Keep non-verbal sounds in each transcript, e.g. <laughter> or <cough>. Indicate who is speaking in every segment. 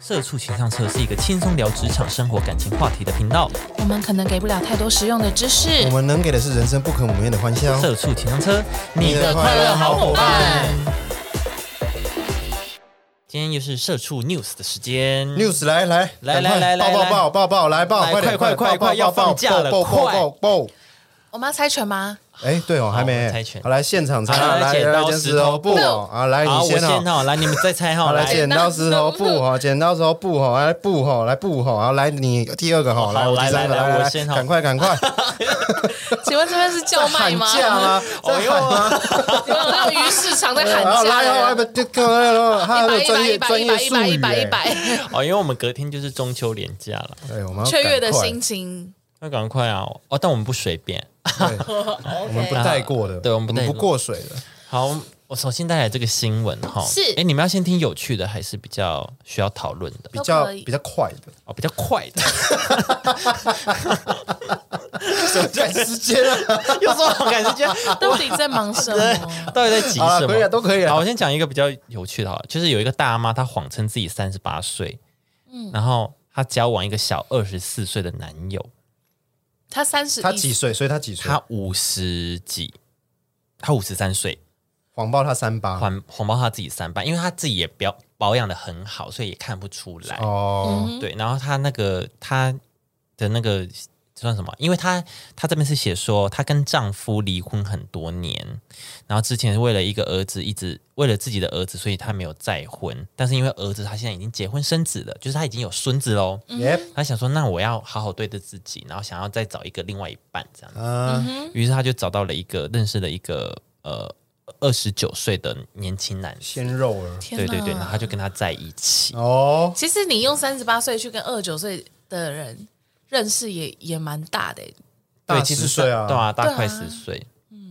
Speaker 1: 社畜情商车是一个轻松聊职场、生活、感情话题的频道。
Speaker 2: 我们可能给不了太多实用的知识
Speaker 3: 我。们能给的是人生不可磨灭的欢笑。
Speaker 1: 社畜情商车，你
Speaker 3: 你
Speaker 1: 的
Speaker 3: 的
Speaker 1: 快
Speaker 3: 快
Speaker 1: 乐
Speaker 3: 乐
Speaker 1: 好
Speaker 3: 好
Speaker 1: 伙
Speaker 3: 伙
Speaker 1: 伴
Speaker 3: 伴。
Speaker 1: 今天又是社畜 news 的时间。
Speaker 3: news 来来
Speaker 1: 来
Speaker 3: 赶快
Speaker 1: 来来来
Speaker 3: 抱
Speaker 1: 来
Speaker 3: 抱抱抱抱来抱，
Speaker 1: 来
Speaker 3: 点
Speaker 1: 快快
Speaker 3: 快
Speaker 1: 快要放假了
Speaker 3: 抱抱
Speaker 1: 快
Speaker 3: 抱抱！
Speaker 2: 我们要猜拳吗？
Speaker 3: 哎，对哦，还
Speaker 1: 我
Speaker 3: 没
Speaker 1: 们猜拳
Speaker 3: 好来现场猜，
Speaker 1: 好来
Speaker 3: 来
Speaker 1: 剪刀
Speaker 3: 来剪
Speaker 1: 石
Speaker 3: 石
Speaker 1: 头
Speaker 3: 头布
Speaker 1: 布
Speaker 3: 哦，啊来
Speaker 1: 好，
Speaker 3: 你
Speaker 1: 我
Speaker 3: 先
Speaker 1: 先
Speaker 3: 哦，
Speaker 1: 哈，来你们再猜哈，
Speaker 3: 好来
Speaker 1: 来。
Speaker 3: 剪刀石头布哦，剪刀石头布哦，来布哦，来布哦，好来你第二个
Speaker 1: 好
Speaker 3: 哦，来我
Speaker 1: 来
Speaker 3: 第三个，
Speaker 1: 来来
Speaker 3: 来
Speaker 1: 我
Speaker 3: 来
Speaker 1: 先哦
Speaker 3: 赶快
Speaker 1: <laughs>
Speaker 3: 赶快，
Speaker 2: 请问这边是叫
Speaker 3: 在
Speaker 2: 卖
Speaker 3: 喊
Speaker 2: 吗？
Speaker 3: 价吗？
Speaker 1: 哦
Speaker 3: 在
Speaker 1: 呦
Speaker 3: 喊吗？
Speaker 2: 你们有那种鱼市场在喊
Speaker 3: 好
Speaker 2: 价
Speaker 3: 来哦，来
Speaker 2: 的
Speaker 3: 不这个，还有专
Speaker 2: 人？
Speaker 3: 业
Speaker 2: 一百
Speaker 3: 专
Speaker 2: 一
Speaker 3: 业
Speaker 2: 百一
Speaker 3: 术
Speaker 2: 百一百一百一
Speaker 3: 语哎，
Speaker 2: 百一百，
Speaker 1: 哦，因为我们隔天就是中秋连假了，
Speaker 3: 对，哎我们要
Speaker 2: 雀跃的
Speaker 3: 赶快
Speaker 2: 心情。
Speaker 1: 那赶快啊！哦，但我们不随便。 <laughs>
Speaker 3: 对
Speaker 2: 我
Speaker 3: 我们不带过的，
Speaker 1: 哎对我们不
Speaker 3: 不
Speaker 1: 带过
Speaker 3: 过水的。
Speaker 1: 好，我首先带来这个新闻哈。
Speaker 2: 是
Speaker 1: 哎，你们要先听有趣的，还是比较需要讨论的？
Speaker 3: 比较
Speaker 2: 可以
Speaker 3: 比较快 <laughs> 的，
Speaker 1: 哦，比较快的。
Speaker 3: 赶时间了，
Speaker 1: 有什么好赶时间？
Speaker 2: 到底在忙什么？
Speaker 1: 到底在急什
Speaker 3: 啊，可以啊，
Speaker 1: 么？
Speaker 3: 都可以
Speaker 1: 好，
Speaker 3: 啊
Speaker 1: 我。先讲一个比较有趣的，好了，就是有一个大妈，她谎称自己三十八岁，然后她交往一个小二十四岁的男友，
Speaker 2: 他三十，
Speaker 3: 他几岁？所以他几岁？
Speaker 1: 她五十几，她五十三岁，
Speaker 3: 谎报他三八
Speaker 1: 谎谎报她自己三八，因为她自己也表保养的很好，所以也看不出来。
Speaker 3: 哦，
Speaker 1: 对，然后她那个她的那个算什么？因为她她这边是写说，她跟丈夫离婚很多年，然后之前为了一个儿子，一直为了自己的儿子，所以她没有再婚。但是因为儿子他现在已经结婚生子了，就是他已经有孙子喽。
Speaker 3: 耶
Speaker 1: 她想说，那我要好好对待自己，然后想要再找一个另外一半这样子。嗯
Speaker 2: 嗯
Speaker 3: 啊，
Speaker 1: 于是她就找到了一个认识了一个呃二十九岁的年轻男子，
Speaker 3: 鲜肉儿
Speaker 2: 天
Speaker 1: 对对对，
Speaker 2: 哪
Speaker 1: 然后她就跟他在一起。
Speaker 3: 哦，
Speaker 2: 其实你用三十八岁去跟二十九岁的人认识也，也蛮大的欸。
Speaker 1: 对，
Speaker 3: 大
Speaker 1: 其
Speaker 3: 十
Speaker 1: 实
Speaker 3: 岁
Speaker 1: 对
Speaker 3: 啊，
Speaker 1: 啊，大
Speaker 2: 对
Speaker 1: 快
Speaker 2: 啊
Speaker 1: 十岁。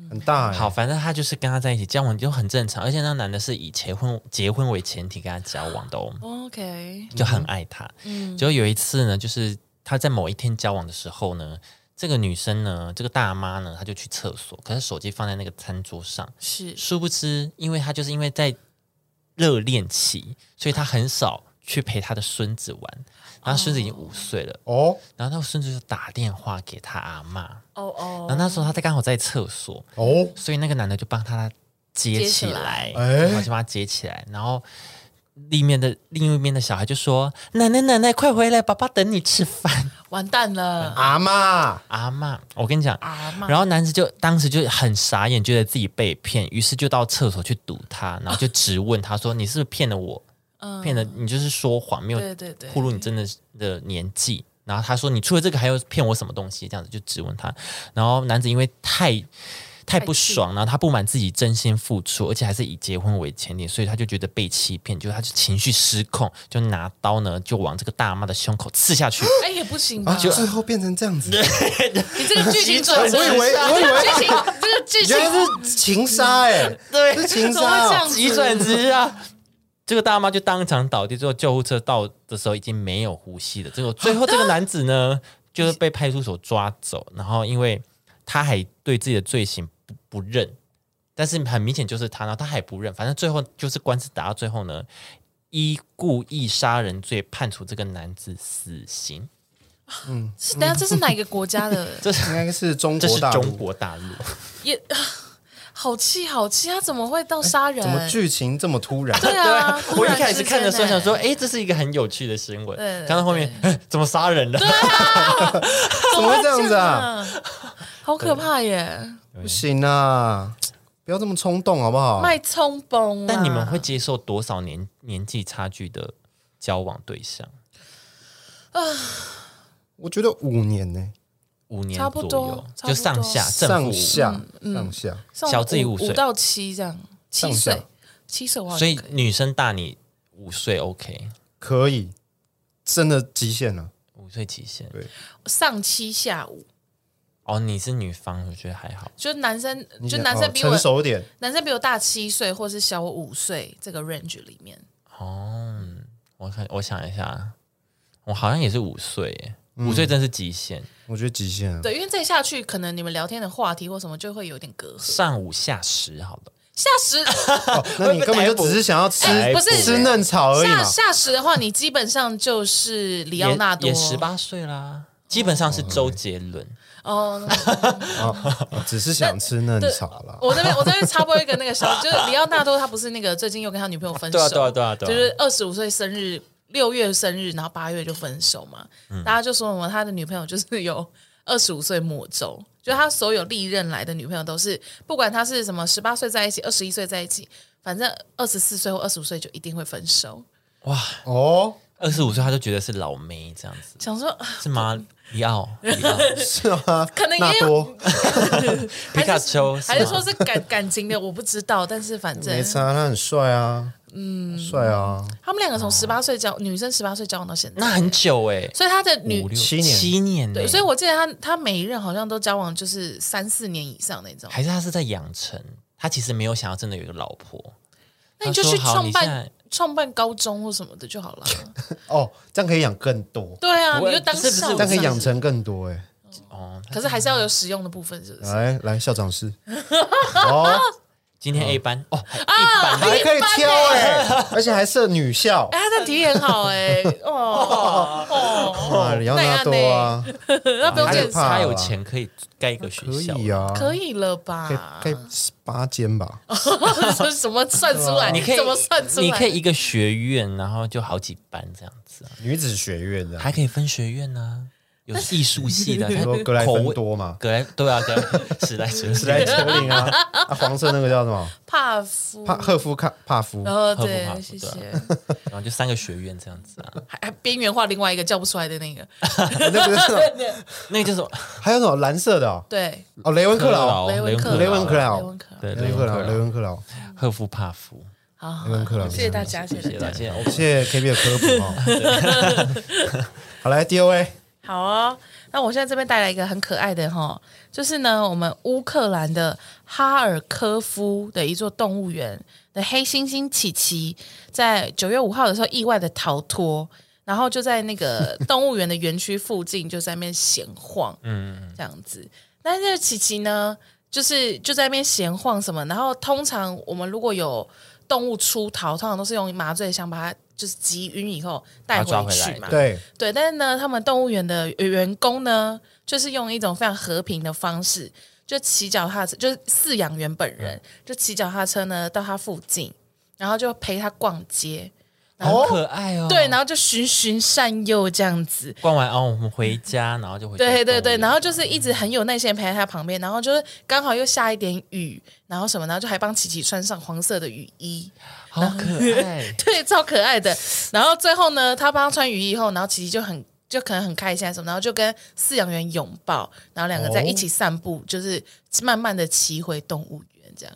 Speaker 3: 很大哎。
Speaker 1: 好，反正他就是跟他在一起交往就很正常，而且那个男的是以结婚结婚为前提跟他交往的哦，
Speaker 2: 嗯 OK，
Speaker 1: 就很爱他。
Speaker 2: 嗯
Speaker 1: 结果有一次呢，就是他在某一天交往的时候呢，这个女生呢，这个大妈呢，她就去厕所，可是手机放在那个餐桌上，
Speaker 2: 是
Speaker 1: 殊不知，因为她就是因为在热恋期，所以她很少去陪她的孙子玩，然后她孙子已经五岁了，
Speaker 3: 哦
Speaker 1: 然后那个孙子就打电话给他阿妈，
Speaker 2: 哦
Speaker 3: 啊
Speaker 1: 然后
Speaker 2: 哦，
Speaker 1: 那时候他在刚好在厕所，
Speaker 3: 哦，
Speaker 1: 所以那个男的就帮他接
Speaker 2: 接
Speaker 1: 起
Speaker 2: 起
Speaker 1: 来，
Speaker 2: 来
Speaker 3: 哎
Speaker 1: 然后就把他接起来，然后里面的另一边的小孩就说：“奶奶奶奶，快回来，爸爸等你吃饭。
Speaker 2: 完蛋了，
Speaker 3: 阿妈”
Speaker 1: 阿妈，我跟你讲，
Speaker 2: 阿嬷
Speaker 1: 然后男子就当时就很傻眼，觉得自己被骗，于是就到厕所去堵他，然后就质问他说：“你是不是骗了我？
Speaker 2: 嗯
Speaker 1: 骗了你就是说谎，没有
Speaker 2: 对对对
Speaker 1: 暴露你真的的年纪。然后他说：“你除了这个还有骗我什么东西？”这样子就质问他。然后男子因为太太不爽，然后他不满自己真心付出，而且还是以结婚为前提，所以他就觉得被欺骗，就他就情绪失控，就拿刀呢就往这个大妈的胸口刺下去。
Speaker 2: 哎也不行吧
Speaker 3: 啊，？最后变成这样子，
Speaker 2: 你这个剧情转折，
Speaker 3: 我以为哎我以为
Speaker 2: 这个剧情，这个剧情
Speaker 3: 原来是情杀哎，
Speaker 1: 对
Speaker 3: 是情
Speaker 2: 怎么会这
Speaker 3: 杀
Speaker 2: 样
Speaker 3: 哦，
Speaker 1: 急转直下。这个大妈就当场倒地，之后救护车到的时候已经没有呼吸了。这个最后这个男子
Speaker 2: 哦
Speaker 1: 呢，就是被派出所抓走，然后因为他还对自己的罪行不不认，但是很明显就是他，然后他还不认，反正最后就是官司打到最后呢，依故意杀人罪判处这个男子死刑。
Speaker 2: 是等一下这是哪一个国家的？
Speaker 1: 这是
Speaker 3: 应该是中
Speaker 1: 这
Speaker 3: 国
Speaker 1: 是
Speaker 3: 大
Speaker 1: 中
Speaker 3: 陆。
Speaker 1: 国大陆，
Speaker 2: 也啊好气好气，他怎么会到杀人？
Speaker 3: 哎怎么剧情这么突然？
Speaker 1: <laughs>
Speaker 2: 对啊，忽
Speaker 1: 我一
Speaker 2: 然
Speaker 1: 开始
Speaker 2: 之间
Speaker 1: 看的时候
Speaker 2: 欸
Speaker 1: 想说，哎，这是一个很有趣的新闻
Speaker 2: 对，对
Speaker 1: 看到后面哎 <laughs> 怎么杀人了？
Speaker 3: 怎么会这样子啊？，
Speaker 2: <laughs> 好可怕耶！
Speaker 3: 不行啊，不要这么冲动好不好？
Speaker 2: 卖葱崩啊，
Speaker 1: 但你们会接受多少年年纪差距的交往对象？
Speaker 3: 我觉得五年呢，
Speaker 1: 五年
Speaker 2: 差
Speaker 1: 左
Speaker 2: 不
Speaker 1: 右，
Speaker 2: 多差不多
Speaker 1: 就上下正
Speaker 3: 上
Speaker 1: 负
Speaker 3: 下上下，
Speaker 2: 送
Speaker 1: 小自己五岁
Speaker 2: 五到七这样，七
Speaker 3: 上
Speaker 2: 岁
Speaker 3: 下，
Speaker 2: 七岁我好
Speaker 1: 五，
Speaker 2: 像
Speaker 1: 所以
Speaker 2: 可
Speaker 1: 女生大你五岁 OK，
Speaker 3: 可以，真的极限了。
Speaker 1: 五岁极限。
Speaker 2: 上七下五，
Speaker 1: 哦，你是女方，我觉得还好。
Speaker 2: 就男生
Speaker 3: 你
Speaker 2: 就
Speaker 3: 想
Speaker 2: 男生
Speaker 3: 哦
Speaker 2: 比我
Speaker 3: 成熟一点，
Speaker 2: 男生比我大七岁，或是小我五岁这个 range 里面，
Speaker 1: 哦，我看我想一下，我好像也是五岁耶，
Speaker 3: 嗯
Speaker 1: 五岁真是极限，
Speaker 3: 我觉得极限了。
Speaker 2: 对，因为再下去可能你们聊天的话题或什么就会有点隔阂，
Speaker 1: 上五下十好了。
Speaker 2: 下食
Speaker 3: 哦那你根本就只是想要吃
Speaker 1: 哎
Speaker 2: 不是
Speaker 3: 吃嫩草而已
Speaker 2: 下
Speaker 3: 嘛。
Speaker 2: 下食的话，你基本上就是里奥纳多
Speaker 1: 也十八岁啦，基本上是周杰伦。
Speaker 2: 哦。
Speaker 3: 哦只是想吃嫩草啦。
Speaker 2: 我这边我这边插播一个那个小， <laughs> 就是里奥纳多他不是那个最近又跟他女朋友分手，
Speaker 1: 对啊对啊对啊对啊
Speaker 2: 就是二十五岁生日，六月生日，然后八月就分手嘛。
Speaker 1: 嗯
Speaker 2: 大家就说什么他的女朋友就是有二十五岁魔咒，就他所有历任来的女朋友都是，不管他是什么十八岁在一起，二十一岁在一起，反正二十四岁或二十五岁就一定会分手。
Speaker 3: 哦，
Speaker 1: 二十五岁他就觉得是老妹这样子，
Speaker 2: 想说 <laughs>
Speaker 1: 是
Speaker 2: 哦
Speaker 1: 吗？里奥，里奥，
Speaker 3: 是吗？
Speaker 2: 可能也有
Speaker 3: 那多
Speaker 1: 皮卡丘，
Speaker 2: 还是
Speaker 1: 吗
Speaker 2: 说是感感情的，我不知道，但是反正
Speaker 3: 没差，他很帅啊，嗯，帅啊，
Speaker 2: 他们两个从十八岁交女生十八岁交往到现
Speaker 1: 哦
Speaker 2: 在，
Speaker 1: 那很久哎，
Speaker 2: 所以他的女
Speaker 1: 五六
Speaker 3: 七年
Speaker 1: 七年
Speaker 2: 对，
Speaker 1: 欸
Speaker 2: 所以我记得他他每一任好像都交往就是三四年以上那种。
Speaker 1: 还是他是在养成，他其实没有想要真的有一个老婆。
Speaker 2: 那你就
Speaker 1: 他说
Speaker 2: 去
Speaker 1: 好
Speaker 2: 创
Speaker 1: 你现
Speaker 2: 办
Speaker 1: 在
Speaker 2: 创办高中或什么的就好了。
Speaker 3: 哦，这样可以养更多，
Speaker 2: 对啊，
Speaker 1: <laughs> 不会
Speaker 2: 你就当
Speaker 1: 不是不是
Speaker 2: 校
Speaker 1: 我
Speaker 3: 这样可以
Speaker 2: 长
Speaker 3: 养成更多哎。
Speaker 1: 哦，
Speaker 2: 可是还是要有使用的部分，是不
Speaker 1: 啊
Speaker 2: 是？
Speaker 3: 来来，校长室，
Speaker 2: <laughs>
Speaker 3: 哦，
Speaker 1: 今天 A 班哦，一
Speaker 2: 啊
Speaker 1: 班
Speaker 3: 还可以挑哎，而且还设女校，
Speaker 2: 哎，他的题很好
Speaker 1: <laughs>
Speaker 2: 哎，哦哦，
Speaker 3: 啊，里奥纳多啊，
Speaker 2: 那不
Speaker 1: 他
Speaker 2: 用
Speaker 1: 有
Speaker 3: 还
Speaker 2: 见
Speaker 3: 有怕
Speaker 1: 他有
Speaker 3: 啊
Speaker 1: 钱可以盖一个学
Speaker 3: 可
Speaker 1: 校，
Speaker 3: 以啊，
Speaker 2: 可以了
Speaker 3: 可以
Speaker 2: 吧
Speaker 3: 可？以八间吧，
Speaker 2: 哦这 <laughs> 什么算出来？
Speaker 1: 你可以
Speaker 2: 怎么算出来？
Speaker 1: 你可以一个学院，然后就好几班这样子啊，
Speaker 3: 女子学院的，
Speaker 1: 还可以分学院呢、有艺术系
Speaker 2: <laughs>
Speaker 1: 的，
Speaker 3: <laughs> 比
Speaker 1: 还
Speaker 3: 如说
Speaker 1: 有
Speaker 3: 格莱
Speaker 1: 口
Speaker 3: 芬
Speaker 1: 味
Speaker 3: 多嘛，
Speaker 1: 格莱对啊，格莱
Speaker 3: <laughs>
Speaker 1: 史莱哲
Speaker 3: 史莱哲林 <laughs> 啊，啊黄色那个叫什么？
Speaker 2: 帕夫，
Speaker 1: 嗯
Speaker 3: 帕赫夫卡帕夫
Speaker 2: 然后
Speaker 1: 赫夫
Speaker 2: 对
Speaker 1: 帕，夫
Speaker 2: 谢
Speaker 1: 对啊
Speaker 2: 谢。
Speaker 1: 然后就三个学院这样子啊，
Speaker 2: 还还边缘化另外一个叫不出来的那个，
Speaker 3: 那个是什么
Speaker 1: 那个叫什么？
Speaker 3: <laughs> 还有什么蓝色的哦
Speaker 2: 对，
Speaker 3: 哦，雷文克劳，
Speaker 1: 劳
Speaker 2: 雷文克劳
Speaker 1: 雷
Speaker 3: 雷文克劳
Speaker 2: 雷文克劳
Speaker 1: 对
Speaker 3: 雷文克劳，雷文克劳，
Speaker 1: 赫夫帕夫，
Speaker 2: 好好，
Speaker 3: 雷文克劳，
Speaker 2: 嗯谢谢大家，谢
Speaker 1: 谢
Speaker 2: 谢
Speaker 1: 谢
Speaker 2: 大
Speaker 1: 大
Speaker 2: 家。
Speaker 1: 家，我
Speaker 3: 谢谢 K B 的科普 <laughs> 哦。好来 D O A，
Speaker 2: 好哦，那我现在这边带来一个很可爱的哈，就是呢，我们乌克兰的哈尔科夫的一座动物园的黑猩猩琪琪，在九月五号的时候意外的逃脱，然后就在那个动物园的园区附近就在那边闲
Speaker 1: <laughs>
Speaker 2: 晃，嗯，这样子。但是琪琪呢，就是就在那边闲晃什么，然后通常我们如果有动物出逃，通常都是用麻醉枪把它就是击晕以后带
Speaker 1: 把它抓
Speaker 2: 回
Speaker 1: 回来
Speaker 2: 去嘛，
Speaker 3: 对，
Speaker 2: 对，但是呢，他们动物园的员工呢，就是用一种非常和平的方式，就骑脚踏车，就是饲养员本人就骑脚踏车呢到他附近，然后就陪他逛街，
Speaker 1: 好可爱哦。
Speaker 2: 对，然后就循循善诱这样子。
Speaker 1: 逛完哦，我们回家，然后就回
Speaker 2: 嗯对对对，然
Speaker 1: 后
Speaker 2: 后就是一直很有耐心地陪在他旁边，然后就是刚好又下一点雨，然后什么，然后就还帮琪琪穿上黄色的雨衣，，
Speaker 1: 好可爱
Speaker 2: <laughs> 对，超可爱的。然后最后呢，他帮他穿雨衣以后，然后琪琪就很就可能很开心啊什么，然后就跟饲养员拥抱，然后两个在一起散步，就是慢慢的骑回动物园这样。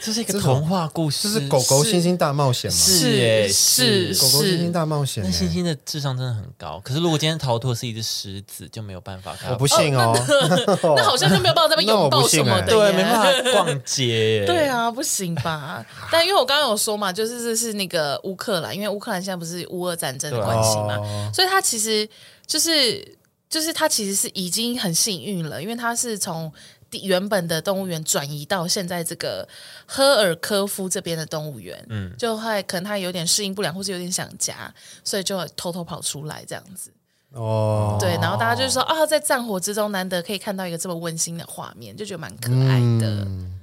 Speaker 1: 这是一个童话故
Speaker 3: 这
Speaker 1: 事，
Speaker 3: 是狗狗猩猩大冒险嘛？
Speaker 1: 是耶
Speaker 2: 是
Speaker 1: 是
Speaker 3: 狗狗猩猩
Speaker 2: 是，
Speaker 3: 大冒险
Speaker 1: 那星
Speaker 3: 欸，
Speaker 1: 星的智商真的很高，可是如果今天逃脱是一只狮子，就没有办法。
Speaker 3: 我不信哦。
Speaker 2: 那好像就没有办法在那边
Speaker 3: 那
Speaker 2: 拥
Speaker 3: 我不
Speaker 2: 抱
Speaker 3: 信
Speaker 2: 什么
Speaker 3: 欸
Speaker 2: 的耶，
Speaker 1: 哎对，没办法逛街。
Speaker 2: 对，啊，不行吧？但因为我刚刚有说嘛，就是这是那个乌克兰，因为乌克兰现在不是乌俄战争的
Speaker 1: 对啊
Speaker 2: 关系嘛，
Speaker 3: 哦
Speaker 2: 所以他其实就是就是他其实是已经很幸运了，因为他是从地原本的动物园转移到现在这个赫尔科夫这边的动物园，嗯，就会可能他有点适应不良，或是有点想家，所以就偷偷跑出来这样子。
Speaker 3: 哦，
Speaker 2: 对，然后大家就说啊，在战火之中难得可以看到一个这么温馨的画面，就觉得蛮可爱的。
Speaker 3: 嗯，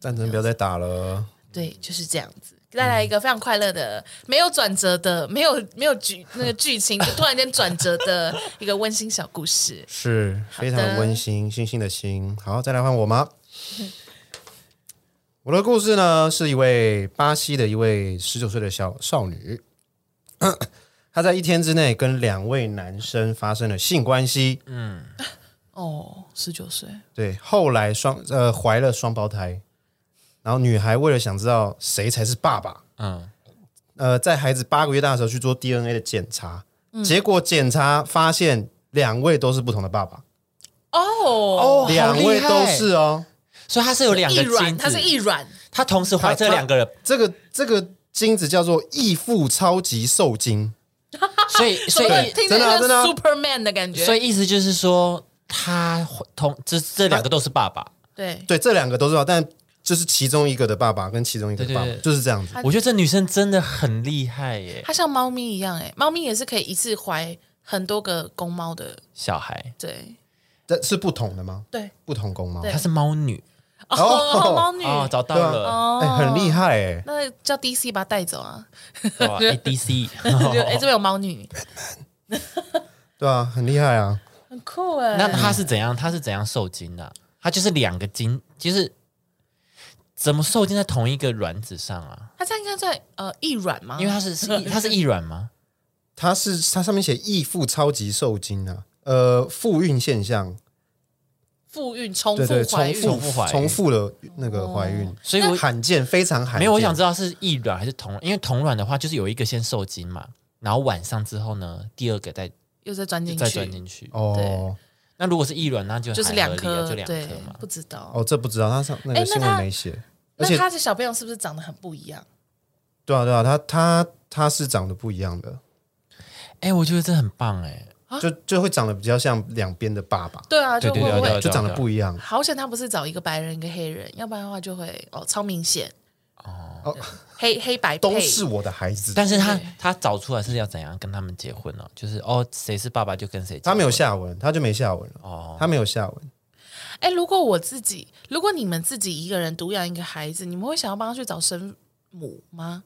Speaker 3: 战争不要再打了。
Speaker 2: 对，就是这样子。带来一个非常快乐的，没有转折的，没有没有剧那个剧情，就突然间转折的一个温馨小故事。
Speaker 3: 是非常
Speaker 2: 的
Speaker 3: 温馨，星星的星。好，再来换我吗？
Speaker 1: 嗯
Speaker 3: <laughs> 我的故事呢，是一位巴西的一位十九岁的小少女， <coughs> 她在一天之内跟两位男生发生了性关系，
Speaker 2: 哦，十九岁，
Speaker 3: 对，后来双呃怀了双胞胎，然后女孩为了想知道谁才是爸爸，
Speaker 1: 嗯，
Speaker 3: 呃，在孩子八个月大的时候去做 DNA 的检查，
Speaker 1: 嗯
Speaker 3: 结果检查发现两位都是不同的爸爸，
Speaker 2: 哦
Speaker 1: 好厉害
Speaker 3: 两位都是哦。
Speaker 1: 所以它是有两
Speaker 2: 易
Speaker 1: 个
Speaker 2: 软，
Speaker 1: 精
Speaker 2: 他
Speaker 1: 子
Speaker 2: 是，易软，
Speaker 1: 它同时怀这两个人，
Speaker 3: 这个这个精子叫做异父超级受精，
Speaker 1: 所
Speaker 2: <laughs>
Speaker 1: 以所
Speaker 2: 怎么
Speaker 1: 以
Speaker 2: 听着
Speaker 3: 真的啊
Speaker 2: 像
Speaker 3: 真的啊
Speaker 2: Superman 的感觉。
Speaker 1: 所以意思就是说，他同这这两个都是爸爸，
Speaker 2: 对，
Speaker 3: 对，这两个都知道，但这是其中一个的爸爸跟其中一个的爸爸，
Speaker 1: 对对对
Speaker 3: 就是这样子。
Speaker 1: 我觉得这女生真的很厉害耶，
Speaker 2: 它像猫咪一样、欸，哎，猫咪也是可以一次怀很多个公猫的，
Speaker 1: 小孩
Speaker 2: 对
Speaker 3: 这是不同的吗？
Speaker 2: 对，
Speaker 3: 不同公猫，
Speaker 2: 对
Speaker 1: 她是猫女
Speaker 2: 哦， <laughs> 猫女
Speaker 1: 哦，找到
Speaker 3: 对啊
Speaker 1: 了，
Speaker 2: 哦
Speaker 3: 哎、很厉害哎、
Speaker 2: 那叫 DC 把它带走啊，
Speaker 1: 哇，ADC，
Speaker 2: 就
Speaker 1: 哦
Speaker 2: 哎、这边有猫女，
Speaker 3: 对啊，很厉害啊！
Speaker 2: 很酷哎、
Speaker 1: 那她是怎样？她是怎样受精的啊？她就是两个精，就是怎么受精在同一个卵子上啊？
Speaker 2: 它这样应该在呃易软吗？
Speaker 1: 因为她是是异她是异卵吗？
Speaker 3: 它是它上面写异妇超级受精啊，呃，复孕现象，
Speaker 2: 复孕重
Speaker 3: 对对，
Speaker 2: 复怀
Speaker 3: 重
Speaker 2: 孕，
Speaker 1: 重
Speaker 2: 哦
Speaker 3: 复
Speaker 1: 复怀孕
Speaker 3: 重复了那个怀孕，
Speaker 1: 所以我
Speaker 3: 罕见，非常罕见。
Speaker 1: 没有，我想知道是异卵还是同，因为同卵的话就是有一个先受精嘛，然后晚上之后呢，第二个再
Speaker 2: 又再钻进
Speaker 1: 再
Speaker 2: 去，
Speaker 1: 钻进去。
Speaker 3: 哦
Speaker 1: 那如果是异卵，那就
Speaker 2: 就是
Speaker 1: 还
Speaker 2: 两
Speaker 1: 合理
Speaker 2: 颗
Speaker 1: 啊，就两
Speaker 2: 对
Speaker 1: 颗嘛，。
Speaker 2: 不知道。
Speaker 3: 哦，这不知道，他上那
Speaker 2: 哎
Speaker 3: 个
Speaker 2: 那
Speaker 3: 新闻
Speaker 2: 它
Speaker 3: 没写，而
Speaker 2: 那
Speaker 3: 且
Speaker 2: 他的小朋友是不是长得很不一样？
Speaker 3: 对啊对啊，他他他是长得不一样的，
Speaker 1: 哎、我觉得这很棒哎、
Speaker 2: 啊
Speaker 3: 就就会长得比较像两边的爸爸，
Speaker 2: 对啊，
Speaker 1: 对
Speaker 2: 就会
Speaker 1: 对对
Speaker 2: 不
Speaker 1: 对
Speaker 2: 会
Speaker 1: 对
Speaker 3: 就长得不一样。
Speaker 2: 好险，他不是找一个白人一个黑人，要不然的话就会哦超明显哦，黑黑白
Speaker 3: 都
Speaker 2: 配
Speaker 3: 是我的孩子，
Speaker 1: 但是他
Speaker 2: 对
Speaker 1: 他找出来是要怎样跟他们结婚呢、就是哦，谁是爸爸就跟谁结婚。
Speaker 3: 他没有下文，他就没下文了。
Speaker 1: 哦，
Speaker 3: 他没有下文，
Speaker 2: 哎、如果我自己，如果你们自己一个人独养一个孩子，你们会想要帮他去找生母吗？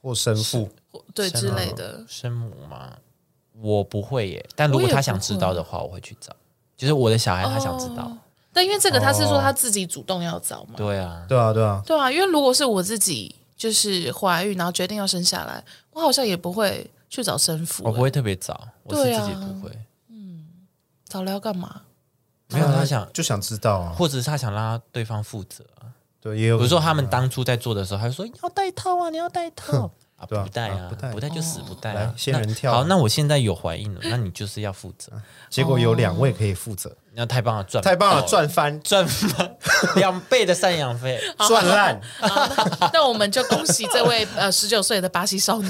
Speaker 3: 或生父，
Speaker 2: 或对
Speaker 1: 生
Speaker 2: 之类
Speaker 1: 母
Speaker 2: 的。
Speaker 1: 生母吗？我不会耶，但如
Speaker 2: 我
Speaker 1: 果
Speaker 2: 也
Speaker 1: 他
Speaker 2: 不
Speaker 1: 想知
Speaker 2: 会
Speaker 1: 道的话，我会去找。就是我的小孩，他想知道。
Speaker 2: 哦但因为这个他是说
Speaker 3: 哦
Speaker 2: 他自己主动要找嘛，
Speaker 1: 对啊，
Speaker 3: 对啊，对啊，
Speaker 2: 对啊，因为如果是我自己就是怀孕然后决定要生下来，我好像也不会去找生父、
Speaker 1: 我不会特别找，我是
Speaker 2: 对
Speaker 1: 自己
Speaker 2: 啊
Speaker 1: 不会。
Speaker 3: 嗯
Speaker 2: 找了要干嘛？ <laughs>
Speaker 1: 没有，他想，
Speaker 3: 就想知道啊，
Speaker 1: 或者是他想让他对方负责啊、
Speaker 3: 嗯对，也有
Speaker 1: 比如说他们当初在做的时候，他就说要戴套啊，你要戴套啊，
Speaker 3: 对啊
Speaker 1: 不戴
Speaker 3: 啊
Speaker 1: 啊，
Speaker 3: 不戴
Speaker 1: 不戴就死不戴
Speaker 3: 来
Speaker 1: 啊。
Speaker 3: 仙
Speaker 1: 那
Speaker 3: 人跳
Speaker 1: 好，那我现在有怀孕了，那你就是要负责。
Speaker 3: 结果
Speaker 2: 哦
Speaker 3: 有两位可以负责，
Speaker 1: 那太棒了，赚
Speaker 3: 太棒
Speaker 1: 爆
Speaker 3: 了，赚嗯翻
Speaker 1: 赚翻 <laughs> 两倍的赡养费。
Speaker 2: 哦
Speaker 3: 赚
Speaker 2: <laughs>
Speaker 3: 烂，
Speaker 2: 那我们就恭喜这位呃十九岁的巴
Speaker 1: <laughs>
Speaker 2: 西少女，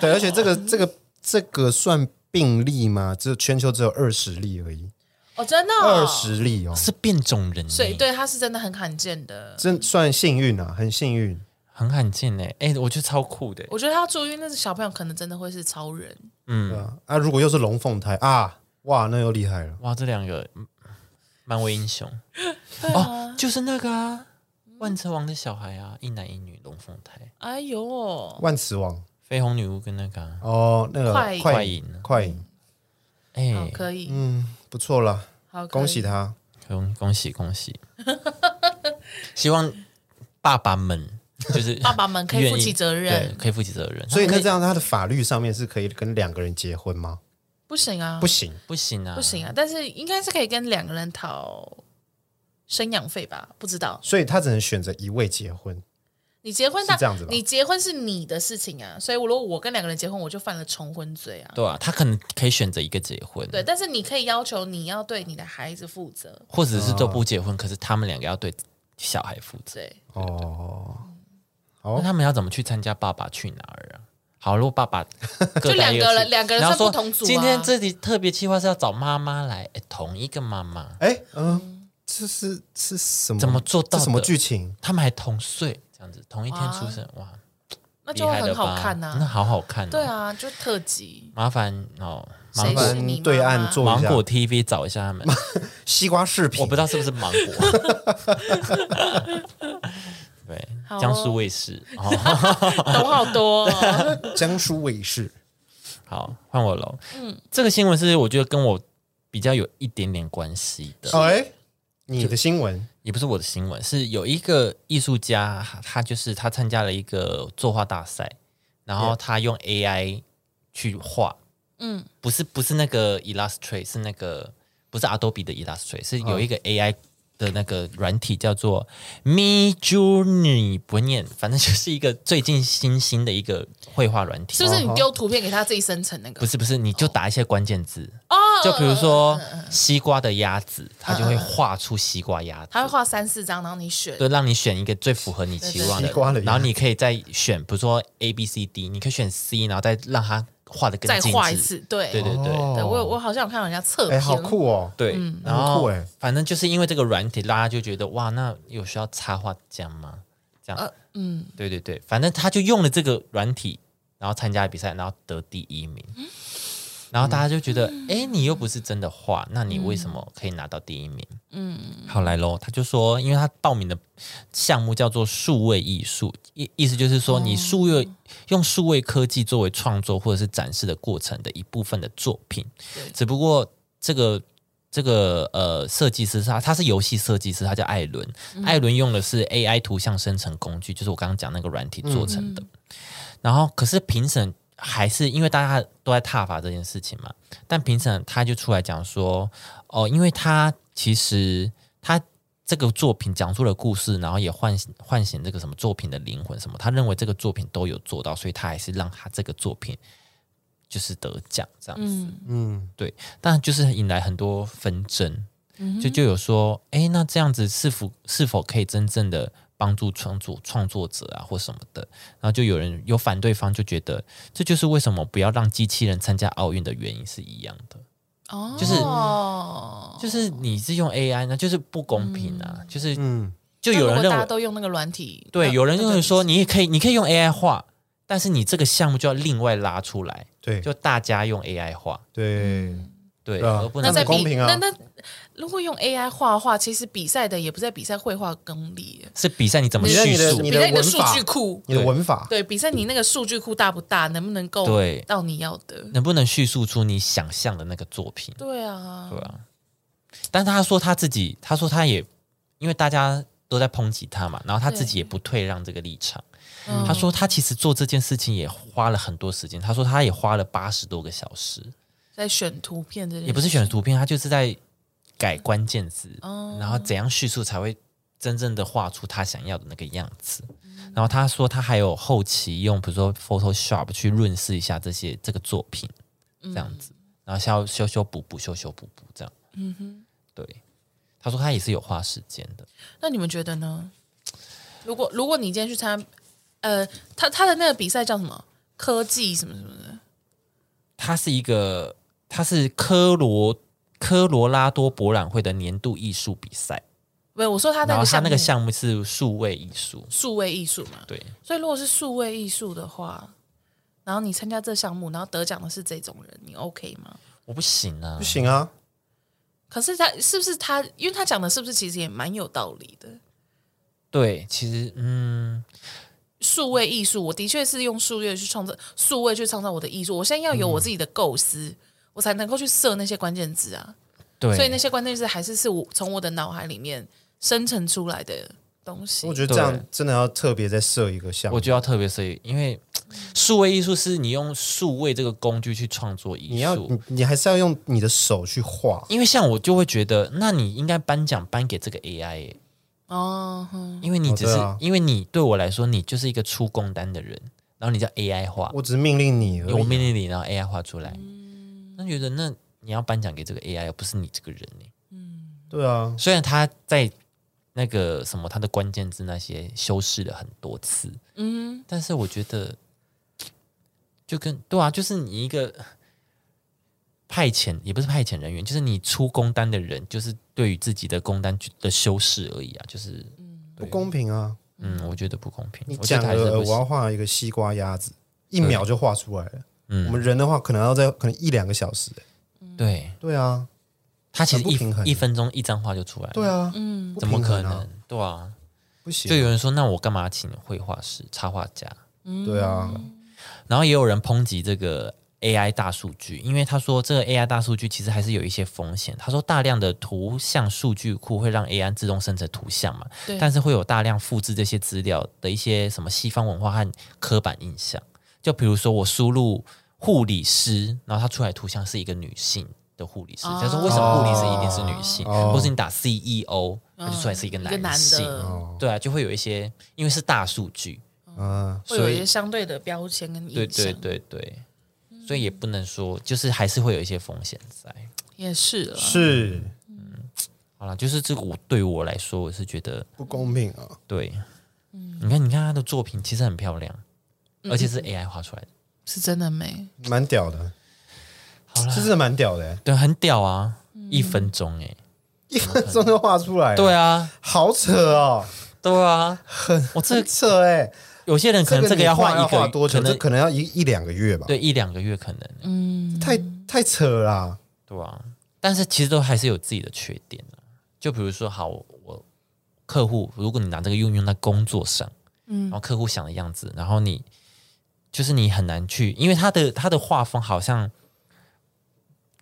Speaker 3: 对，而且这个这个这个算病例吗？只有全球只有二十例而已，
Speaker 2: 哦，真的哦
Speaker 3: 二，十例哦，
Speaker 1: 是变种人、
Speaker 2: 所以
Speaker 1: 欸，
Speaker 2: 对她是真的很罕见的。
Speaker 3: 真算幸运啊，很幸运。
Speaker 1: 很罕见哎、欸，哎、我觉得超酷的、欸。
Speaker 2: 我觉得她住院那个小朋友可能真的会是超人，
Speaker 3: 对啊，啊，如果又是龙凤胎啊，哇，那又厉害了。
Speaker 1: 哇，这两个嗯漫威英
Speaker 2: <laughs>
Speaker 1: 雄、
Speaker 2: 啊
Speaker 1: 哦，就是那个啊，万磁王的小孩啊，一男一女龙凤胎，
Speaker 2: 哎呦，
Speaker 3: 万磁王
Speaker 1: 绯红女巫跟那个、啊、
Speaker 3: 哦，那个
Speaker 2: 快
Speaker 1: 快
Speaker 3: 快
Speaker 1: 银啊，
Speaker 3: 快影，
Speaker 1: 哎、
Speaker 2: 好可以，
Speaker 3: 嗯，不错啦，
Speaker 2: 好
Speaker 3: 恭喜
Speaker 2: 她。
Speaker 3: 他。
Speaker 1: 恭恭喜恭
Speaker 2: <laughs>
Speaker 1: 喜！希望爸爸们就是
Speaker 2: 爸爸们可以负
Speaker 1: 愿
Speaker 2: 起
Speaker 1: 意
Speaker 2: 责
Speaker 1: 对
Speaker 2: 任，，
Speaker 1: 可以负起责任。
Speaker 3: 所以
Speaker 1: 他
Speaker 3: 那
Speaker 1: 们
Speaker 3: 这样，他的法律上面是可以跟两个人结婚吗？
Speaker 2: 不行啊，
Speaker 3: 不行，
Speaker 1: 不行啊，
Speaker 2: 不行啊，但是应该是可以跟两个人讨生养费吧？不知道，
Speaker 3: 所以他只能选择一位结婚。
Speaker 2: 你结婚当
Speaker 3: 是这样子吧
Speaker 2: 你结婚是你的事情啊，所以如果我跟两个人结婚，我就犯了重婚罪啊。
Speaker 1: 对啊，他可能可以选择一个结婚，
Speaker 2: 对，但是你可以要求你要对你的孩子负责，
Speaker 1: 或者是都不结婚，可是他们两个要对小孩负责。
Speaker 2: 对，
Speaker 3: 哦，
Speaker 1: 那他们要怎么去参加《爸爸去哪儿》啊？好，如果爸
Speaker 2: <laughs>
Speaker 1: 爸就
Speaker 2: 两个人两个人
Speaker 1: 然后说
Speaker 2: 算不同组啊
Speaker 1: 今天这里特别计划是要找妈妈来，诶同一个妈妈，
Speaker 3: 哎，嗯，这是是什么？
Speaker 1: 怎么做到
Speaker 3: 这
Speaker 1: 的
Speaker 3: 什么剧情？
Speaker 1: 他们还同岁，这样子同一天出生，哇，
Speaker 2: 那
Speaker 1: 厉
Speaker 2: 就会
Speaker 1: 害了
Speaker 2: 很好
Speaker 1: 吧
Speaker 2: 看呐、啊
Speaker 1: 那好好看、哦，
Speaker 2: 对，啊，就特辑，
Speaker 1: 麻烦哦，麻
Speaker 2: 谁
Speaker 3: 麻
Speaker 1: 烦
Speaker 2: 是你妈
Speaker 3: 烦
Speaker 2: 妈
Speaker 3: 对岸做一
Speaker 1: 芒
Speaker 3: 下
Speaker 1: 果 TV 找一下他们，
Speaker 3: 西瓜视频
Speaker 1: 我不知道是不是芒果。 <laughs> 对
Speaker 2: 好，哦
Speaker 1: 江苏卫视。哦，
Speaker 2: 懂好多、
Speaker 1: <laughs>
Speaker 2: 哦。
Speaker 3: <laughs> 江苏卫视
Speaker 1: 好，换我喽。嗯，这个新闻是我觉得跟我比较有一点点关系的，
Speaker 3: 哦哎，你的新闻
Speaker 1: 也不是我的新闻，是有一个艺术家，他就是他参加了一个作画大赛，然后他用 AI 去画，
Speaker 2: 嗯，
Speaker 1: 不是不是那个 Illustrate，是那个不是 Adobe 的 Illustrate，是有一个 AI 的那个软体叫做 Me Journey，不念，反正就是一个最近新兴的一个绘画软体。哦
Speaker 2: 是不是你丢图片给他自己生成那个？
Speaker 1: 不
Speaker 2: 是
Speaker 1: 是不是，你就打一些关键字，
Speaker 2: 哦，
Speaker 1: 就比如说西瓜的鸭子，它就会画出西瓜鸭子
Speaker 2: 他。会画三四张，然后你选。
Speaker 1: 对，让你选一个最符合你期望
Speaker 3: 对对对西瓜的
Speaker 1: 的，
Speaker 3: 鸭
Speaker 1: 然后你可以再选，比如说 A B C D，你可以选 C，然后再让它画的
Speaker 2: 再
Speaker 1: 更精
Speaker 2: 画一
Speaker 1: 致。
Speaker 2: 次，哎对
Speaker 1: 对对对
Speaker 3: 哦
Speaker 2: 对我有我好像有看到人家测
Speaker 3: 哎，
Speaker 2: 评，
Speaker 3: 好酷哦！
Speaker 1: 对，
Speaker 2: 嗯
Speaker 1: 然
Speaker 3: 很酷
Speaker 1: 后
Speaker 3: 欸
Speaker 1: 反正就是因为这个软体，大家就觉得哇，那有需要插画家吗？这样，
Speaker 2: 嗯，
Speaker 1: 对对对，反正他就用了这个软体，然后参加比赛，然后得第一名。
Speaker 2: 嗯
Speaker 1: 然后大家就觉得，哎、你又不是真的画，那你为什么可以拿到第一名？嗯，好来喽，他就说，因为他报名的项目叫做数位艺术，意意思就是说，你数位、用数位科技作为创作或者是展示的过程的一部分的作品，只不过这个这个呃设计师是他，他是游戏设计师，他叫艾伦。艾伦用的是 AI 图像生成工具，就是我刚刚讲那个软体做成的。然后，可是评审还是因为大家都在挞伐这件事情嘛，但评审他就出来讲说，哦，因为他其实他这个作品讲述了故事，然后也唤醒唤醒这个什么作品的灵魂什么，他认为这个作品都有做到，所以他还是让他这个作品就是得奖这样子。
Speaker 2: 嗯
Speaker 3: 嗯，
Speaker 1: 但就是引来很多纷争，就就有说，哎，那这样子是否是否可以真正的帮助创作创作者啊，或什么的？然后就有人有反对方就觉得，这就是为什么不要让机器人参加奥运的原因是一样的，
Speaker 2: 哦，
Speaker 1: 就是
Speaker 2: 哦
Speaker 1: 就是你是用 AI 呢，就是不公平啊，就是
Speaker 3: 嗯，
Speaker 1: 就有人
Speaker 2: 那如果
Speaker 1: 认
Speaker 2: 大家
Speaker 1: 为，
Speaker 2: 都用那个软体，
Speaker 1: 对，有人
Speaker 2: 认
Speaker 1: 认
Speaker 2: 为
Speaker 1: 为说，你也可以，你可以用 AI 画，但是你这个项目就要另外拉出来，
Speaker 3: 对
Speaker 1: 就大家用 AI 画，
Speaker 3: 对，
Speaker 1: 对，
Speaker 3: 对啊
Speaker 1: 而不
Speaker 2: 那
Speaker 1: 能
Speaker 2: 在
Speaker 3: 这样子
Speaker 2: 比
Speaker 3: 公平啊
Speaker 2: 那那如果用 AI 画画，其实比赛的也不在比赛绘画功力，
Speaker 1: 是比赛你怎么
Speaker 3: 比赛
Speaker 1: 叙
Speaker 3: 你的
Speaker 1: 述
Speaker 3: 你，
Speaker 2: 比赛你的
Speaker 3: 文
Speaker 2: 数
Speaker 3: 法
Speaker 2: 据库，
Speaker 3: 你的
Speaker 1: 对
Speaker 3: 文法，
Speaker 2: 对，比赛你那个数据库大不大，能不能够
Speaker 1: 对
Speaker 2: 到你要的？
Speaker 1: 能不能叙述出你想象的那个作品？
Speaker 2: 对啊，
Speaker 1: 对啊，但是他说他自己，他说他也因为大家都在抨击他嘛，然后他自己也不退让这个立场。
Speaker 2: 嗯
Speaker 1: 他说他其实做这件事情也花了很多时间，他说他也花了八十多个小时，
Speaker 2: 在选图片这件事
Speaker 1: 也不是选图片，他就是在改关键字，
Speaker 2: 哦
Speaker 1: 然后怎样叙述才会真正的画出他想要的那个样子。然后他说他还有后期用，比如说 Photoshop 去润饰一下这些这个作品，这样子，然后修修修补补，修修补补这样。嗯哼，对。他说他也是有花时间的，
Speaker 2: 那你们觉得呢？如果如果你今天去参加，呃，他他的那个比赛叫什么？科技什么什么的，
Speaker 1: 他是一个，他是科罗科罗拉多博览会的年度艺术比赛，
Speaker 2: 不是我说他
Speaker 1: 然
Speaker 2: 那
Speaker 1: 后
Speaker 2: 个
Speaker 1: 他
Speaker 2: 项
Speaker 1: 那个
Speaker 2: 目
Speaker 1: 项目是数位艺术，
Speaker 2: 数位艺术嘛，
Speaker 1: 对，
Speaker 2: 所以如果是数位艺术的话，然后你参加这项目，然后得奖的是这种人，你 OK 吗？
Speaker 1: 我不行啊，
Speaker 3: 不行啊，
Speaker 2: 可是他是不是他？因为他讲的是不是其实也蛮有道理的？
Speaker 1: 对，其实嗯，
Speaker 2: 数位艺术，我的确是用数位去创造，数位去创造我的艺术。我现在要有我自己的构思，我才能够去设那些关键字啊。
Speaker 1: 对，
Speaker 2: 所以那些关键字还是是我从我的脑海里面生成出来的东西。
Speaker 3: 我觉得这样
Speaker 1: 对
Speaker 3: 真的要特别再设一个项目
Speaker 1: 我，就要特别设计，因
Speaker 2: 嗯
Speaker 1: 为数位艺术是你用数位这个工具去创作
Speaker 3: 你
Speaker 1: 艺
Speaker 3: 要
Speaker 1: 术。
Speaker 3: 你你还是要用你的手去画，
Speaker 1: 因为像我就会觉得，那你应该颁奖颁给这个 AI，欸、
Speaker 2: 哦，哼
Speaker 1: 因为你
Speaker 3: 哦
Speaker 1: 只是、
Speaker 3: 对啊
Speaker 1: 因为你对我来说，你就是一个出工单的人，然后你叫 AI 画，
Speaker 3: 我只是命令你而
Speaker 1: 我
Speaker 3: 已。
Speaker 1: 命令你，然后 AI 画出来，
Speaker 2: 嗯
Speaker 1: 那觉得那你要颁奖给这个 AI，而不是你这个人、欸、
Speaker 3: 对啊，
Speaker 1: 虽然他在那个什么他的关键字那些修饰了很多次，
Speaker 2: 嗯，
Speaker 1: 但是我觉得，就跟对啊，就是你一个派遣，也不是派遣人员，就是你出工单的人，就是对于自己的工单的修饰而已啊，就是
Speaker 3: 不公平啊！
Speaker 1: 嗯，我觉得不公平，
Speaker 3: 你
Speaker 1: 我觉
Speaker 3: 讲
Speaker 1: 得
Speaker 3: 了
Speaker 1: 还是
Speaker 3: 呃
Speaker 1: 不
Speaker 3: 我要
Speaker 1: 行，
Speaker 3: 画一个西瓜鸭子，一秒就画出来了。我
Speaker 1: 嗯，
Speaker 3: 们人的话，可能要在可能一两个小时。欸
Speaker 1: 对，
Speaker 3: 对啊，
Speaker 1: 他其实
Speaker 3: 很不平衡
Speaker 1: 一一分钟一张画就出来了，
Speaker 3: 对啊，
Speaker 2: 嗯
Speaker 1: 嗯
Speaker 3: 不
Speaker 1: 怎么
Speaker 3: 平
Speaker 1: 可
Speaker 3: 衡啊
Speaker 1: 能？对啊，
Speaker 3: 不行
Speaker 1: 就有人说，那我干嘛请绘画师、插画家？
Speaker 2: 嗯
Speaker 3: 对啊，
Speaker 1: 然后也有人抨击这个 AI 大数据，因为他说这个 AI 大数据其实还是有一些风险。他说大量的图像数据库会让 AI 自动生成图像嘛，
Speaker 2: 对
Speaker 1: 但是会有大量复制这些资料的一些什么西方文化和刻板印象。就比如说我输入护理师，然后它出来图像是一个女性。的护理师，
Speaker 2: 哦
Speaker 1: 他说为什么护理师一定是女性，
Speaker 3: 哦
Speaker 1: 或是你打 CEO，它就出来是一个
Speaker 2: 哦一个
Speaker 1: 男
Speaker 2: 男
Speaker 1: 性，
Speaker 2: 的，
Speaker 3: 哦，
Speaker 1: 对啊，就会有一些，因为是大数据，
Speaker 3: 嗯，
Speaker 2: 会有一些相对的标签跟
Speaker 1: 对
Speaker 2: 印象，
Speaker 1: 对对对，所以也不能说，就是还是会有一些风险在。
Speaker 2: 也是啊了。
Speaker 3: 是
Speaker 1: 好了，就是这个我对我来说，我是觉得嗯
Speaker 3: 不公平啊！
Speaker 1: 对，你看，你看他的作品其实很漂亮，而且是 AI 画出来的，
Speaker 2: 是真的美。
Speaker 3: 蛮屌的，
Speaker 1: 好
Speaker 3: 这
Speaker 1: 了，
Speaker 3: 真的蛮屌的欸，
Speaker 1: 对，很屌啊，一分钟哎、
Speaker 3: 嗯一分钟就画出来，
Speaker 1: 对，啊，
Speaker 3: 好扯哦，
Speaker 1: 对啊，
Speaker 3: <laughs>
Speaker 1: 我这
Speaker 3: 很扯哎，
Speaker 1: 有些人可能这
Speaker 3: 这
Speaker 1: 个
Speaker 3: 你
Speaker 1: 要
Speaker 3: 画
Speaker 1: 一
Speaker 3: 画
Speaker 1: 个，
Speaker 3: 多久？
Speaker 1: 可
Speaker 3: 这
Speaker 1: 能
Speaker 3: 可能要一一两个月吧，
Speaker 1: 对一两个月，可能
Speaker 2: 嗯，
Speaker 3: 太太扯啦，
Speaker 1: 对啊，但是其实都还是有自己的缺点啊。就比如说，好，我我客户，如果你拿这个运用在工作上，嗯，然后客户想的样子，然后你就是你很难去，因为他的他的画风好像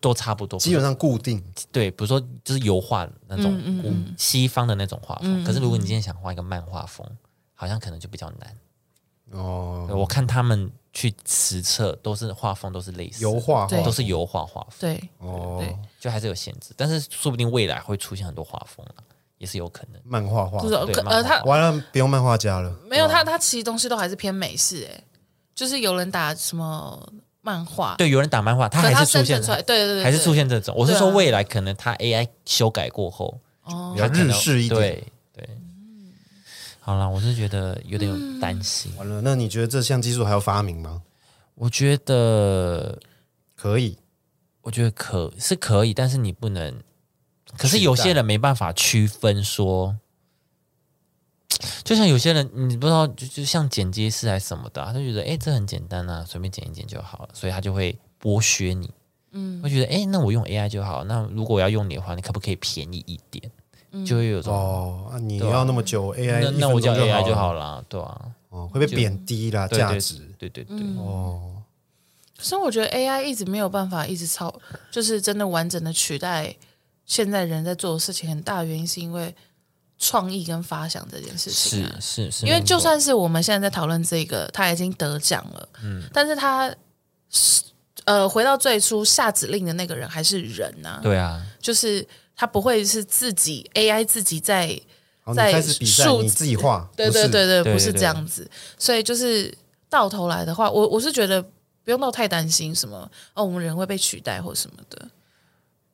Speaker 1: 都差不多，
Speaker 3: 基本上固定，
Speaker 1: 对，比如说就是油画那种古西方的那种画风，可是如果你今天想画一个漫画风，好像可能就比较难。
Speaker 3: 哦，
Speaker 1: 对我看他们去实测，都是画风都是类似的
Speaker 3: 油画
Speaker 2: 对
Speaker 3: 画
Speaker 1: 都是油画画风，
Speaker 2: 对
Speaker 3: 哦，
Speaker 2: 对，
Speaker 1: 就还是有限制。但是说不定未来会出现很多画风啊，也是有可能。
Speaker 3: 漫画画
Speaker 2: 就，是
Speaker 1: 对
Speaker 2: 可
Speaker 1: 漫
Speaker 2: 呃，
Speaker 1: 画
Speaker 2: 他
Speaker 3: 完了不用漫画家了，
Speaker 2: 没有
Speaker 1: 嗯
Speaker 2: 他，他其实东西都还是偏美式哎，就是有人打什么漫画，
Speaker 1: 对，有人打漫画，他
Speaker 2: 可
Speaker 1: 还
Speaker 2: 他
Speaker 1: 是出
Speaker 2: 生
Speaker 1: 现
Speaker 2: 成出来，对对对对，
Speaker 1: 还是出现这种。我是
Speaker 2: 对啊
Speaker 1: 说未来可能他 AI 修改过后，
Speaker 2: 哦
Speaker 3: 比，较
Speaker 1: 他可
Speaker 3: 日
Speaker 1: 能
Speaker 3: 式一点。
Speaker 1: 对对。
Speaker 2: 嗯
Speaker 1: 好啦，我是觉得有点担心。
Speaker 3: 完了，那你觉得这项技术还要发明吗？
Speaker 1: 我觉得
Speaker 3: 可以，
Speaker 1: 我觉得可是可以，但是你不能。可是有些人没办法区分说，就像有些人你不知道，就就像剪接师还是什么的啊、他就觉得哎、诶这很简单啊，随便剪一剪就好了，所以他就会剥削你。嗯，会觉得哎、诶那我用 AI 就好。那如果我要用你的话，你可不可以便宜一点？
Speaker 2: 嗯
Speaker 1: 就会有种、
Speaker 3: 嗯哦，啊你要那么久 AI，
Speaker 1: 那那我
Speaker 3: 叫
Speaker 1: 叫 AI 就
Speaker 3: 好
Speaker 1: 好
Speaker 3: 了，
Speaker 1: 啦，对啊，
Speaker 3: 哦，会被贬低啦
Speaker 1: 对
Speaker 3: 价值
Speaker 1: 对对对，
Speaker 2: 嗯
Speaker 3: 哦，
Speaker 2: 可是我觉得 AI 一直没有办法一直超，就是真的完整的取代现在人在做的事情，很大原因是因为创意跟发想这件事情、
Speaker 1: 是
Speaker 2: 啊。
Speaker 1: 是是，
Speaker 2: 因为就
Speaker 1: 没错
Speaker 2: 算是我们现在在讨论这个，他已经得奖了，嗯，但是他呃回到最初下指令的那个人还是人呐、
Speaker 1: 对啊，
Speaker 2: 就是他不会是自己 AI 自己在
Speaker 3: 好，你
Speaker 2: 在
Speaker 3: 开始比赛，
Speaker 2: 数
Speaker 3: 你自己画，
Speaker 2: 对
Speaker 3: 不
Speaker 2: 对
Speaker 3: 是
Speaker 2: 对
Speaker 1: 对
Speaker 2: 对，不是
Speaker 1: 对
Speaker 2: 这样子。所以就是到头来的话，我我是觉得不用到太担心什么哦，我们人会被取代或什么的，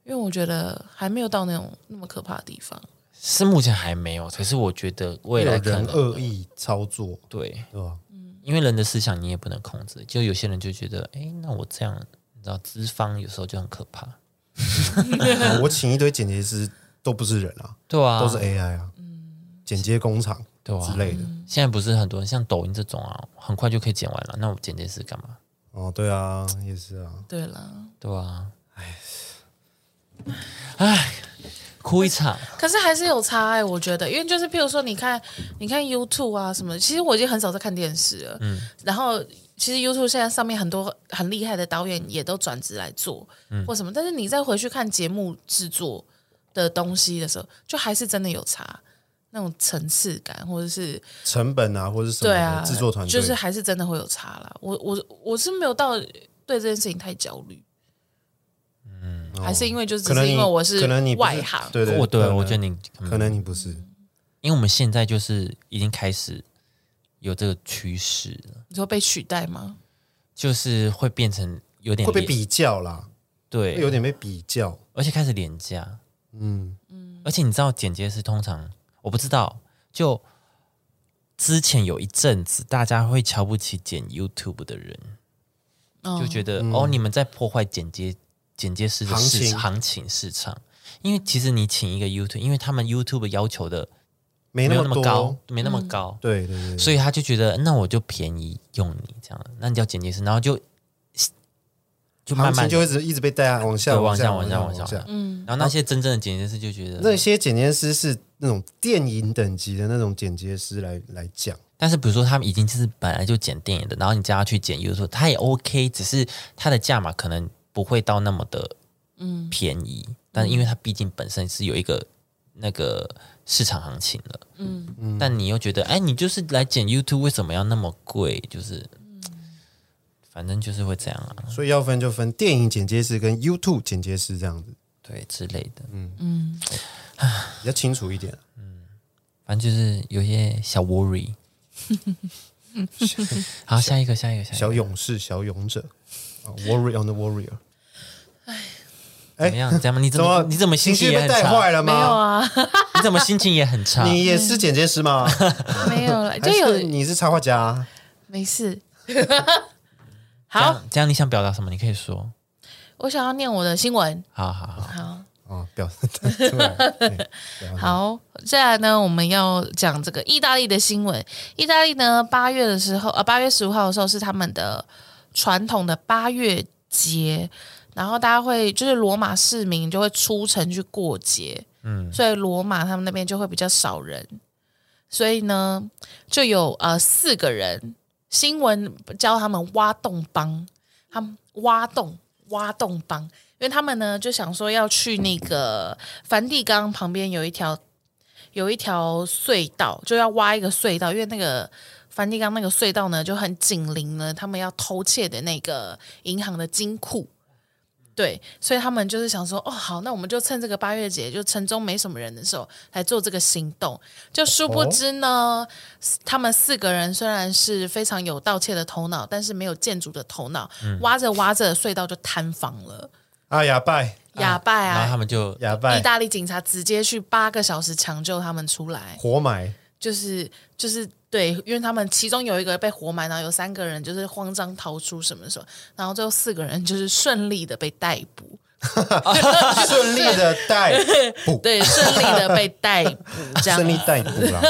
Speaker 2: 因为我觉得还没有到那种那么可怕的地方。
Speaker 1: 是目前还没有，可是我觉得未
Speaker 3: 会有
Speaker 1: 来可
Speaker 3: 人
Speaker 1: 能
Speaker 3: 恶意操作，
Speaker 1: 对。
Speaker 2: <laughs>
Speaker 3: 对吧？
Speaker 1: 因为人的思想你也不能控制，就有些人就觉得，哎，那我这样，你知道，资方有时候就很可怕，
Speaker 3: 啊我请一堆剪辑师都不是人啊，
Speaker 1: 对啊，
Speaker 3: 都是 AI 啊，
Speaker 2: 嗯
Speaker 3: 剪接工厂
Speaker 1: 对
Speaker 3: 之
Speaker 1: 啊。
Speaker 3: 类的。
Speaker 1: 现在不是很多人像抖音这种啊，很快就可以剪完了，那我剪这是干嘛？
Speaker 3: 哦，对啊，也是啊，
Speaker 2: 对了，
Speaker 1: 对啊，哎，哎，哭一场，
Speaker 2: 可是还是有差哎、我觉得，因为就是譬如说，你看，你看 YouTube 啊什么，其实我已经很少在看电视了。嗯，然后其实 YouTube 现在上面很多很厉害的导演也都转职来做，
Speaker 3: 嗯
Speaker 2: 或什么，但是你再回去看节目制作的东西的时候，就还是真的有差。那种层次感，或者是
Speaker 3: 成本啊，或者什么
Speaker 2: 对啊
Speaker 3: 的，制作团队哦
Speaker 2: 就是还是真的会有差啦。我我我是没有到对这件事情太焦虑，
Speaker 3: 哦
Speaker 2: 还是因为就是只
Speaker 3: 可能
Speaker 2: 是
Speaker 3: 你
Speaker 2: 因为我
Speaker 3: 可能你不
Speaker 2: 外行，
Speaker 3: 对对，
Speaker 1: 我哦对
Speaker 3: 可能
Speaker 1: 我觉得你
Speaker 3: 可能你不是，
Speaker 1: 因为我们现在就是已经开始有这个趋势了，
Speaker 2: 你说被取代吗？
Speaker 1: 就是会变成有点
Speaker 3: 会被
Speaker 1: 廉
Speaker 3: 比较啦，会有
Speaker 1: 嗯对，
Speaker 3: 点被比较，
Speaker 1: 而且开始廉价，
Speaker 3: 嗯，
Speaker 1: 而且你知道剪接师通常我不知道，就之前有一阵子大家会瞧不起剪 YouTube 的人，
Speaker 2: 嗯
Speaker 1: 就觉得、哦你们在破坏剪接剪接师的市
Speaker 3: 嗯行情
Speaker 1: 行情市场，因为其实你请一个 YouTube，因为他们 YouTube 要求的
Speaker 3: 没
Speaker 1: 没有那
Speaker 3: 么
Speaker 1: 么
Speaker 3: 多
Speaker 1: 高，，没那么高，
Speaker 3: 对对
Speaker 2: 嗯
Speaker 3: 对，
Speaker 1: 所以他就觉得那我就便宜用你这样，那你叫剪接师，然后就就慢
Speaker 3: 行情
Speaker 1: 慢
Speaker 3: 就一直一直被带往下
Speaker 1: 对往
Speaker 3: 下
Speaker 1: 下
Speaker 3: 往
Speaker 1: 往
Speaker 3: 往
Speaker 1: 下往下
Speaker 3: 下。
Speaker 2: 嗯，
Speaker 1: 然后那些真正的剪接师就觉
Speaker 3: 那
Speaker 1: 得，
Speaker 3: 些剪接师是那种电影等级的那种剪接师来来讲，
Speaker 1: 但是比如说他们已经就是本来就剪电影的，然后你叫他去剪 YouTube，他也 OK，只是他的价码可能不会到那么的嗯便宜，但因为他毕竟本身是有一个那个市场行情的，嗯嗯，但你又觉得，哎，你就是来剪 YouTube 为什么要那么贵？就是，反正就是会这样啊，
Speaker 3: 所以要分就分电影剪接师跟 YouTube 剪接师这样子，
Speaker 1: 对之类的，
Speaker 3: 嗯比较清楚一点。
Speaker 1: 反正就是有一些小
Speaker 3: <laughs>
Speaker 1: worry。好，下一个，下一个，下一个
Speaker 3: 小，勇士、小勇者、啊 warrior on the warrior，
Speaker 1: 怎么样？怎么样？你怎么？你怎么心
Speaker 3: 哎情
Speaker 1: 情
Speaker 3: 绪
Speaker 1: 也
Speaker 3: 被
Speaker 1: 很
Speaker 3: 带
Speaker 1: 差？
Speaker 3: 坏了
Speaker 2: 没有
Speaker 3: 吗？
Speaker 2: 啊，
Speaker 1: 你怎么心情也很差？
Speaker 3: 你也是剪接师吗？
Speaker 2: <laughs> 没有了，就
Speaker 3: 还是
Speaker 2: 有
Speaker 3: 你是插画家啊？
Speaker 2: 没事。
Speaker 1: 这样
Speaker 2: <laughs> 好，，
Speaker 1: 这样你想表达什么？你可以说。
Speaker 2: 我想要念我的新闻。
Speaker 1: 好好好，
Speaker 2: 好
Speaker 3: 哦，表示出来，对
Speaker 2: 好，接下来呢，我们要讲这个意大利的新闻。意大利呢，八月的时候，呃，八月十五号的时候是他们的传统的八月节，然后大家会就是罗马市民就会出城去过节，嗯，所以罗马他们那边就会比较少人，所以呢，就有呃四个人，新闻叫他们挖洞帮，他们挖洞挖洞帮，因为他们呢就想说要去那个梵蒂冈旁边有一条有一条隧道，就要挖一个隧道，因为那个梵蒂冈那个隧道呢就很紧邻了他们要偷窃的那个银行的金库。对，所以他们就是想说，哦，好，那我们就趁这个八月节，就城中没什么人的时候来做这个行动。就殊不知呢，他们四个人虽然是非常有盗窃的头脑，但是没有建筑的头脑，
Speaker 1: 嗯
Speaker 2: 挖着挖着隧道就坍房了，
Speaker 3: <laughs> 啊，哑巴，
Speaker 2: 哑巴
Speaker 1: 然后
Speaker 2: 啊！
Speaker 1: 他们就
Speaker 3: 哑
Speaker 2: 意
Speaker 3: 巴，
Speaker 2: 大利警察直接去八个小时抢救他们出来，
Speaker 3: 活埋，
Speaker 2: 就是就是对，因为他们其中有一个被活埋，然后有三个人就是慌张逃出什么什么，然后最后四个人就是顺利的被逮捕，
Speaker 3: 顺利的
Speaker 2: <laughs>
Speaker 3: 逮捕，
Speaker 2: 对，顺利的被逮捕，这样
Speaker 3: <laughs> 顺利逮捕啦。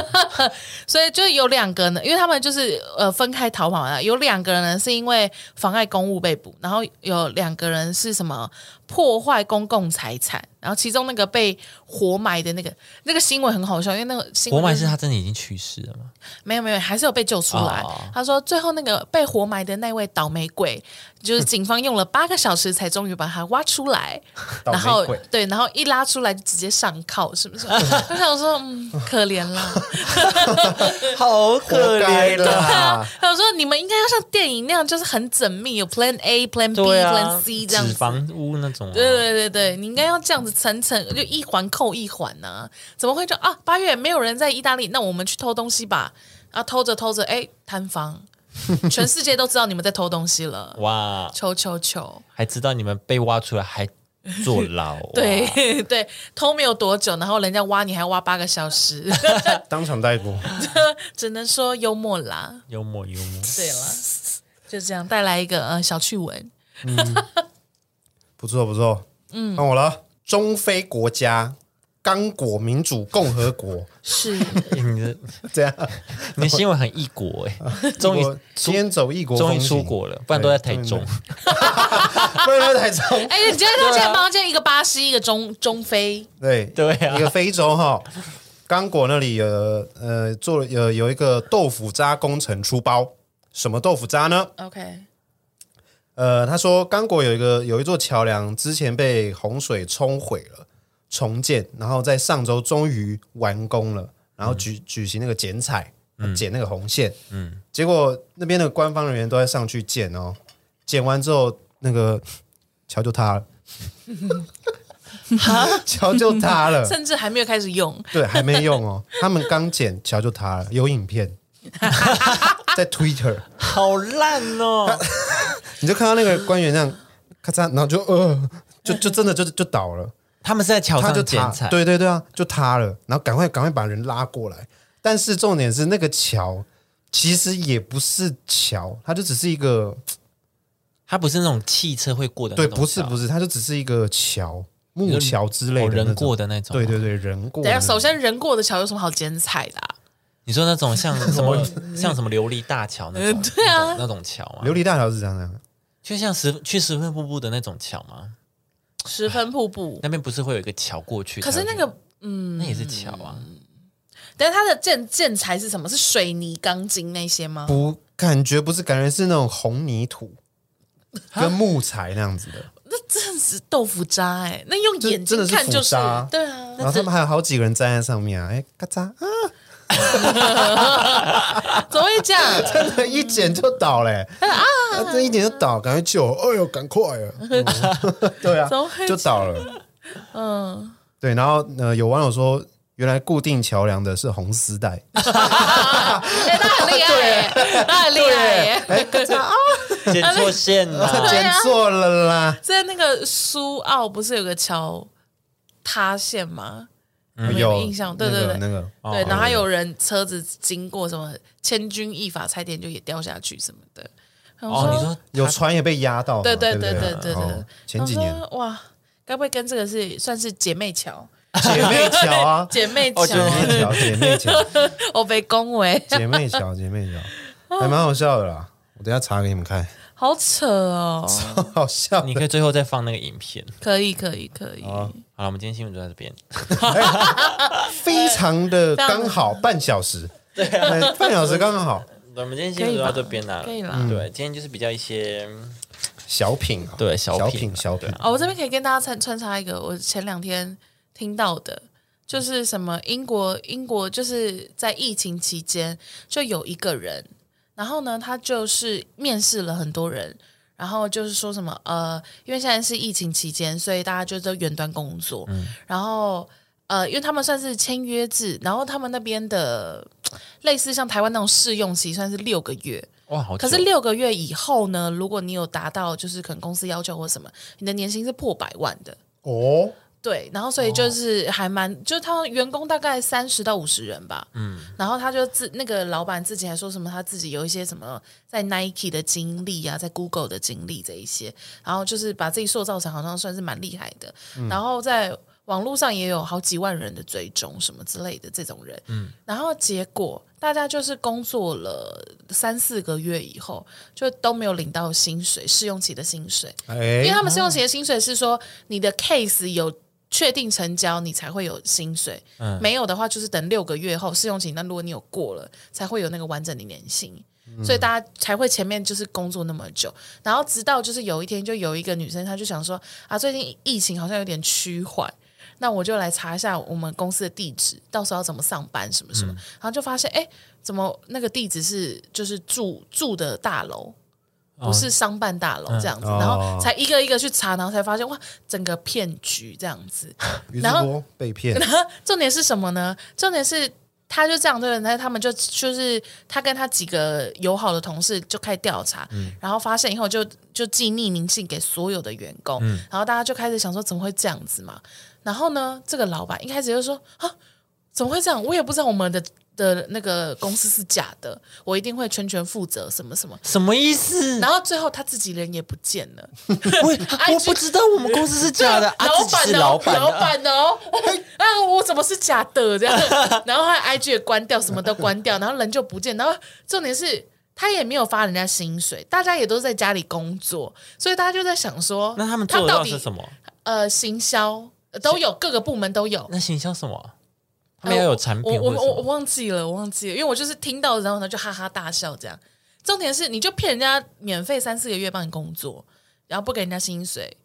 Speaker 2: 所以就有两个呢，因为他们就是呃分开逃跑啊，有两个人呢是因为妨碍公务被捕，然后有两个人是什么破坏公共财产，然后其中那个被活埋的那个那个新闻很好笑，因为那个新
Speaker 1: 活
Speaker 2: 闻
Speaker 1: 埋
Speaker 2: 就是
Speaker 1: 他真的已经去世了吗？
Speaker 2: 没有没有，还是有被救出来。
Speaker 1: 哦
Speaker 2: 他说最后那个被活埋的那位倒霉鬼，就是警方用了八个小时才终于把他挖出
Speaker 1: <laughs>
Speaker 2: 来，
Speaker 3: 倒
Speaker 2: 然
Speaker 3: 霉
Speaker 2: 后
Speaker 3: 鬼
Speaker 2: 对，然后一拉出来就直接上铐，
Speaker 1: <laughs>
Speaker 2: 是不是？我想说，嗯，可怜啦。
Speaker 1: 好
Speaker 3: 活该
Speaker 1: 啊
Speaker 2: <laughs>
Speaker 3: 啦！
Speaker 2: 他说你们应该要像电影那样，就是很缜密，有 Plan A、Plan B、
Speaker 1: 对
Speaker 2: Plan
Speaker 1: 啊，
Speaker 2: C 这样
Speaker 1: 纸
Speaker 2: 子。
Speaker 1: 房屋那种啊、
Speaker 2: 对对对对，你应该要这样子层层就一环扣一环呐、怎么会就啊？八月没有人在意大利，那我们去偷东西吧。啊，偷着偷着，哎，摊 <laughs> 房，全世界都知道你们在偷东西了。
Speaker 1: 哇，
Speaker 2: 求求求！
Speaker 1: 还知道你们被挖出来还坐牢、啊哇，
Speaker 2: <laughs> 对对，偷没有多久，然后人家挖你还挖八个小 <laughs> 时，
Speaker 3: 当场逮捕，
Speaker 2: 只能说幽默啦。
Speaker 1: 幽默幽默，
Speaker 2: 对了，就这样带来一个呃小趣闻。
Speaker 3: 不错不错。嗯，看我了。中非国家刚果民主共和国，
Speaker 2: 是，
Speaker 1: 你的
Speaker 3: 这样
Speaker 1: 你的新闻很异国哎、
Speaker 3: <laughs>
Speaker 1: 终于
Speaker 3: 我先走异国，
Speaker 1: 终于出，国了，不然都在台中
Speaker 3: 对。 <laughs> 不然在台中。
Speaker 2: 哎，你今天他现在帮这一个巴西，一个中中非，
Speaker 3: 对
Speaker 1: 对啊
Speaker 3: 一个非洲哈，刚果那里有呃做了有有一个豆腐渣工程出包，什么豆腐渣呢？
Speaker 2: OK，
Speaker 3: 呃，他说刚果有一个有一座桥梁之前被洪水冲毁了，重建，然后在上周终于完工了，然后
Speaker 1: 嗯
Speaker 3: 举、举行那个剪彩，剪那个红线，嗯，结果那边的官方人员都在上去剪哦，剪完之后那个桥就塌了， <laughs> 桥就塌了，
Speaker 2: 甚至还没有开始用，
Speaker 3: <laughs> 对，还没用哦，他们刚剪桥就塌了，有
Speaker 1: <laughs>
Speaker 3: 影片。在 Twitter，
Speaker 1: 好烂哦！
Speaker 3: 你就看到那个官员这样咔嚓，然后就呃，就就真的就就倒了。
Speaker 1: 他们是在桥
Speaker 3: 他
Speaker 1: 上
Speaker 3: 就
Speaker 1: 剪
Speaker 3: 塌，
Speaker 1: 彩，
Speaker 3: 对对对啊，就塌了，然后赶快赶快把人拉过来。但是重点是那个桥其实也不是桥，它就只是一个
Speaker 1: 它不是那种汽车会过的那
Speaker 3: 对，
Speaker 1: 种
Speaker 3: 不是
Speaker 1: 桥
Speaker 3: 不是，它就只是一个桥木
Speaker 1: 就
Speaker 3: 桥之类
Speaker 1: 哦
Speaker 3: 的那
Speaker 1: 人
Speaker 3: 种
Speaker 1: 过的那种。
Speaker 3: 对对对，人过
Speaker 2: 等
Speaker 3: 的
Speaker 2: 一下
Speaker 3: 那种。
Speaker 2: 首先人过的桥有什么好剪彩的啊、
Speaker 1: 你说那种
Speaker 2: <laughs>
Speaker 1: 像什么像什么琉璃大桥那种，
Speaker 2: 对
Speaker 1: 那
Speaker 2: 啊
Speaker 1: 种那种桥啊
Speaker 3: 琉，璃大桥是这样这样，
Speaker 1: 就像十去十分瀑布的那种桥吗？
Speaker 2: 十分瀑布，
Speaker 1: 那边不是会有一个桥过去？
Speaker 2: 可是那个，嗯，
Speaker 1: 那也是桥
Speaker 2: <laughs>
Speaker 1: 啊，
Speaker 2: 等一下它的建建材是什么？是水泥、钢筋那些吗？
Speaker 3: 不感觉不是，感觉是那种红泥土跟木材那样子的。
Speaker 2: 那真的是豆腐渣哎、那用
Speaker 3: 这
Speaker 2: 眼睛
Speaker 3: 真的是
Speaker 2: 看
Speaker 3: 腐
Speaker 2: 就是
Speaker 3: 渣，
Speaker 2: 对啊，
Speaker 3: 然后他们还有好几个人站在上面啊，哎，咔嚓，啊 <laughs>
Speaker 2: 怎么会这
Speaker 3: <laughs>
Speaker 2: 样？
Speaker 3: 真的，一剪就倒嘞、啊，这一剪就倒，赶快救我！哎呦，赶快
Speaker 2: <laughs>
Speaker 3: 啊！嗯对啊
Speaker 2: 怎么会，
Speaker 3: 就倒了。嗯，对。然后呃，有网友说，原来固定桥梁的是红
Speaker 2: <laughs>
Speaker 3: 丝带，
Speaker 2: 啊哎、他很厉害、
Speaker 3: 啊
Speaker 2: 欸，他很厉害、欸。啊
Speaker 1: 剪错线
Speaker 2: <laughs>
Speaker 1: 了。
Speaker 3: 剪错了啦。
Speaker 2: 在那个苏澳不是有个桥塌陷吗？没有
Speaker 3: 有
Speaker 2: 印象对
Speaker 3: 那个
Speaker 2: 对对
Speaker 3: 那个
Speaker 2: 对，然后
Speaker 3: 哦
Speaker 2: 还有人车子经过什么千钧一发，差点就也掉下去什么的。想
Speaker 1: 哦，你
Speaker 2: 说，
Speaker 1: 说
Speaker 3: 有船也被压到嘛，
Speaker 2: 对
Speaker 3: 对
Speaker 2: 对对
Speaker 3: 不
Speaker 2: 对对对
Speaker 3: 哦
Speaker 2: 对，
Speaker 3: 前几年
Speaker 2: 想说哇，该不会跟这个是算是姐妹桥？，
Speaker 3: 姐妹桥啊
Speaker 2: <laughs> 姐妹桥
Speaker 1: 哦，
Speaker 3: 姐妹桥，姐妹桥，
Speaker 2: 我被恭维，
Speaker 3: 姐妹桥，姐妹桥，还蛮好笑的啦。我等一下查给你们看，
Speaker 2: 好扯哦！
Speaker 3: 好笑
Speaker 1: 你可以最后再放那个影片。
Speaker 2: 可以可以可以，
Speaker 1: 好了，我们今天新闻就到这边。
Speaker 3: 非常的刚好半
Speaker 2: <laughs>
Speaker 3: 小时，对，
Speaker 2: 啊
Speaker 3: 半小时刚刚好，
Speaker 1: 我们今天新闻就到这边啦，
Speaker 2: 可以吧可以啦
Speaker 1: 嗯对，今天就是比较一些嗯
Speaker 3: 小品啊，
Speaker 1: 对啊小
Speaker 3: 小
Speaker 1: 品
Speaker 3: 品，小品，
Speaker 2: 哦，我这边可以跟大家穿穿插一个我前两天听到的，就是什么英国英国就是在疫情期间就有一个人，然后呢，他就是面试了很多人。然后就是说什么呃，因为现在是疫情期间，所以大家就在远端工作。然后呃，因为他们算是签约制，然后他们那边的类似像台湾那种试用期，算是六个月。
Speaker 1: 哇，好久。
Speaker 2: 可是六个月以后呢，如果你有达到就是可能公司要求或什么，你的年薪是破百万的。
Speaker 3: 哦，
Speaker 2: 对，然后所以就是还蛮，就是他员工大概三十到五十人吧，嗯，然后他就自那个老板自己还说什么他自己有一些什么在 Nike 的经历啊，在 Google 的经历这一些，然后就是把自己塑造成好像算是蛮厉害的，然后在网络上也有好几万人的追踪什么之类的这种人，嗯，然后结果大家就是工作了三四个月以后，就都没有领到薪水，试用期的薪水，因为
Speaker 3: 哎，
Speaker 2: 他们试用期的薪水是说你的 case 有确定成交，你才会有薪水。没有的话，就是等六个月后试用期。那如果你有过了，才会有那个完整的年薪。所以大家才会前面就是工作那么久，然后直到就是有一天，就有一个女生，她就想说啊，最近疫情好像有点趋缓，那我就来查一下我们公司的地址，到时候要怎么上班什么什么，然后就发现哎，诶怎么那个地址是就是住住的大楼，不是商办大楼这样子，
Speaker 3: 哦
Speaker 2: 然后才一个一个去查，然后才发现哇，整个骗局这样子。
Speaker 3: 于是
Speaker 2: 然后
Speaker 3: 波被骗，
Speaker 2: 重点是什么呢？重点是他就这样对人，那他们就就是他跟他几个友好的同事就开始调查，然后发现以后就就寄匿名信给所有的员工，然后大家就开始想说怎么会这样子嘛？然后呢，这个老板一开始就说啊，怎么会这样？我也不知道我们的。的那个公司是假的，我一定会全权负责什么什么。
Speaker 1: 什么意思？
Speaker 2: 然后最后他自己人也不见了， <laughs>
Speaker 1: 我
Speaker 2: IG
Speaker 1: 我不知道我们公司是假的，啊，
Speaker 2: 老
Speaker 1: 自己
Speaker 2: 板
Speaker 1: 是
Speaker 2: 呢？
Speaker 1: 老板
Speaker 2: 老
Speaker 1: 啊，
Speaker 2: 板呢？ <laughs>
Speaker 1: <laughs>
Speaker 2: 啊，我怎么是假的这样？然后他 IG 也关掉，什么都关掉，然后人就不见。然后重点是他也没有发人家薪水，大家也都在家里工作，所以大家就在想说，
Speaker 1: 那他们
Speaker 2: 他
Speaker 1: 做的
Speaker 2: 到
Speaker 1: 到底
Speaker 2: 底
Speaker 1: 是什么？
Speaker 2: 呃，行销呃都有，各个部门都有。
Speaker 1: 那行销什么？啊他们要有产
Speaker 2: 哎我
Speaker 1: 品
Speaker 2: 哦我
Speaker 1: 或者什
Speaker 2: 我我
Speaker 1: 么？
Speaker 2: 忘记了，我忘记了，因为我就是听到，然后呢就哈哈大笑这样。重点是，你就骗人家免费三四个月帮你工作，然后不给人家薪水，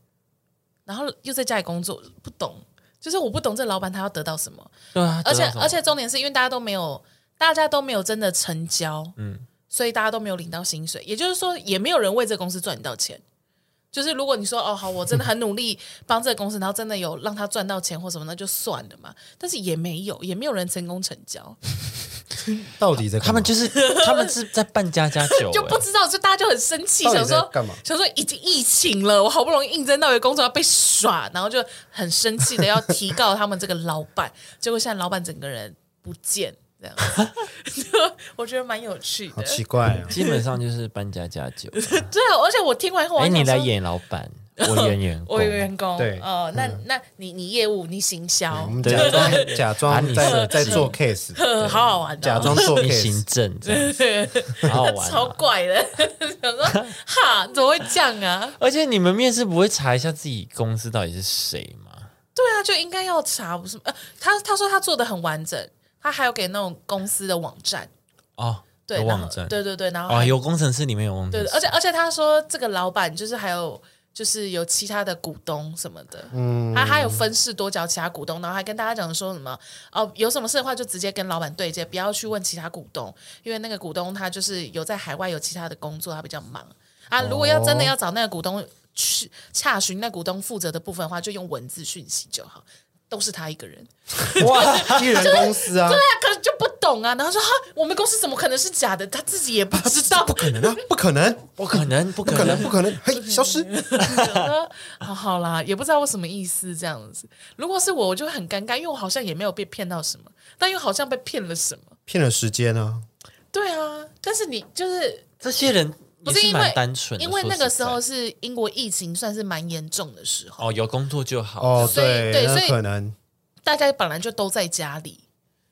Speaker 2: 然后又在家里工作，不懂，就是我不懂这老板他要得到什么。
Speaker 1: 对啊，
Speaker 2: 而且
Speaker 1: 得到什么
Speaker 2: 而且重点是因为大家都没有，大家都没有真的成交，嗯，所以大家都没有领到薪水，也就是说，也没有人为这个公司赚到钱。就是如果你说哦好，我真的很努力帮这个公司，然后真的有让他赚到钱或什么，那就算了嘛。但是也没有，也没有人成功成交，
Speaker 3: 到底在干嘛
Speaker 1: 他们
Speaker 2: <laughs>
Speaker 1: 就是他们是在办家家酒，
Speaker 2: 就不
Speaker 1: 欸
Speaker 2: 知道，就大家就很生气，
Speaker 3: 到底
Speaker 2: 想
Speaker 3: 在
Speaker 2: 说
Speaker 3: 干嘛
Speaker 2: 想说已经疫情了，我好不容易应征到一个工作要被耍，然后就很生气的要提告他们这个老板，结果现在老板整个人不见，这样子， <laughs> 我觉得蛮有趣
Speaker 3: 好
Speaker 2: 的。
Speaker 3: 奇怪啊，
Speaker 1: 基本上就是办家家酒。
Speaker 2: 对啊，而且我听 <laughs> 完后，我
Speaker 1: 哎，
Speaker 2: 还想
Speaker 1: 你来
Speaker 2: 说，
Speaker 1: 演老
Speaker 2: <laughs>
Speaker 1: 板，我演员工，
Speaker 2: 我有员工，
Speaker 3: 对嗯
Speaker 2: 哦，那那你你业务，你行
Speaker 3: 我
Speaker 2: 销，
Speaker 3: 们
Speaker 1: 对
Speaker 3: 假装假
Speaker 1: 把
Speaker 3: 装
Speaker 1: 你
Speaker 3: 在
Speaker 1: 设
Speaker 3: 在
Speaker 1: 计
Speaker 3: 做
Speaker 2: <laughs>
Speaker 3: case，
Speaker 2: 呵好好玩哦，
Speaker 3: 假装做
Speaker 1: 你
Speaker 2: <laughs>
Speaker 1: 行
Speaker 3: case，
Speaker 1: 政这样子，好好玩
Speaker 2: 超
Speaker 1: 啊。
Speaker 2: 怪的， <laughs> 想说哈，怎么会这样啊？
Speaker 1: 而且你们面试不会查一下自己公司到底是谁吗？
Speaker 2: 对啊，就应该要查，不是？呃，他他说他做的很完整，他还有给那种公司的网站，
Speaker 1: 哦，
Speaker 2: 对，
Speaker 1: 有
Speaker 2: 然后
Speaker 1: 网站，
Speaker 2: 对对对，然后还、
Speaker 1: 哦，有工程师里面有工程
Speaker 2: 对，
Speaker 1: 师，
Speaker 2: 而且而且他说这个老板就是还有就是有其他的股东什么的，嗯，他还有分饰多角其他股东，然后还跟大家讲说什么哦，有什么事的话就直接跟老板对接，不要去问其他股东，因为那个股东他就是有在海外有其他的工作，他比较忙啊。如果要真的要找那个股东去洽询那股东负责的部分的话，就用文字讯息就好，都是他一个人。
Speaker 3: 哇，艺人公司啊，
Speaker 2: 他 <laughs> 可能就不懂啊，然后说哈，我们公司怎么可能是假的？他自己也不知道，
Speaker 3: 不可能啊，不可能，
Speaker 1: 不可能，不
Speaker 3: 不可
Speaker 1: 可
Speaker 3: 能，
Speaker 1: 能
Speaker 3: 不，可能，嘿，消失，
Speaker 2: <laughs> 好好啦，也不知道我什么意思这样子。如果是我，我就会很尴尬，因为我好像也没有被骗到什么，但又好像被骗了什么。
Speaker 3: 骗了时间啊，
Speaker 2: 对啊，但是你就是
Speaker 1: 这些人
Speaker 2: 不
Speaker 1: 也
Speaker 2: 是因为
Speaker 1: 蛮单纯的，
Speaker 2: 因为那
Speaker 1: 说
Speaker 2: 个
Speaker 1: 实
Speaker 2: 时候
Speaker 1: 在
Speaker 2: 是英国疫情算是蛮严重的时候，
Speaker 1: 哦，有工作就好。
Speaker 3: 哦，
Speaker 2: 所以对
Speaker 3: 对，
Speaker 2: 所以
Speaker 3: 那可能
Speaker 2: 大家本来就都在家里，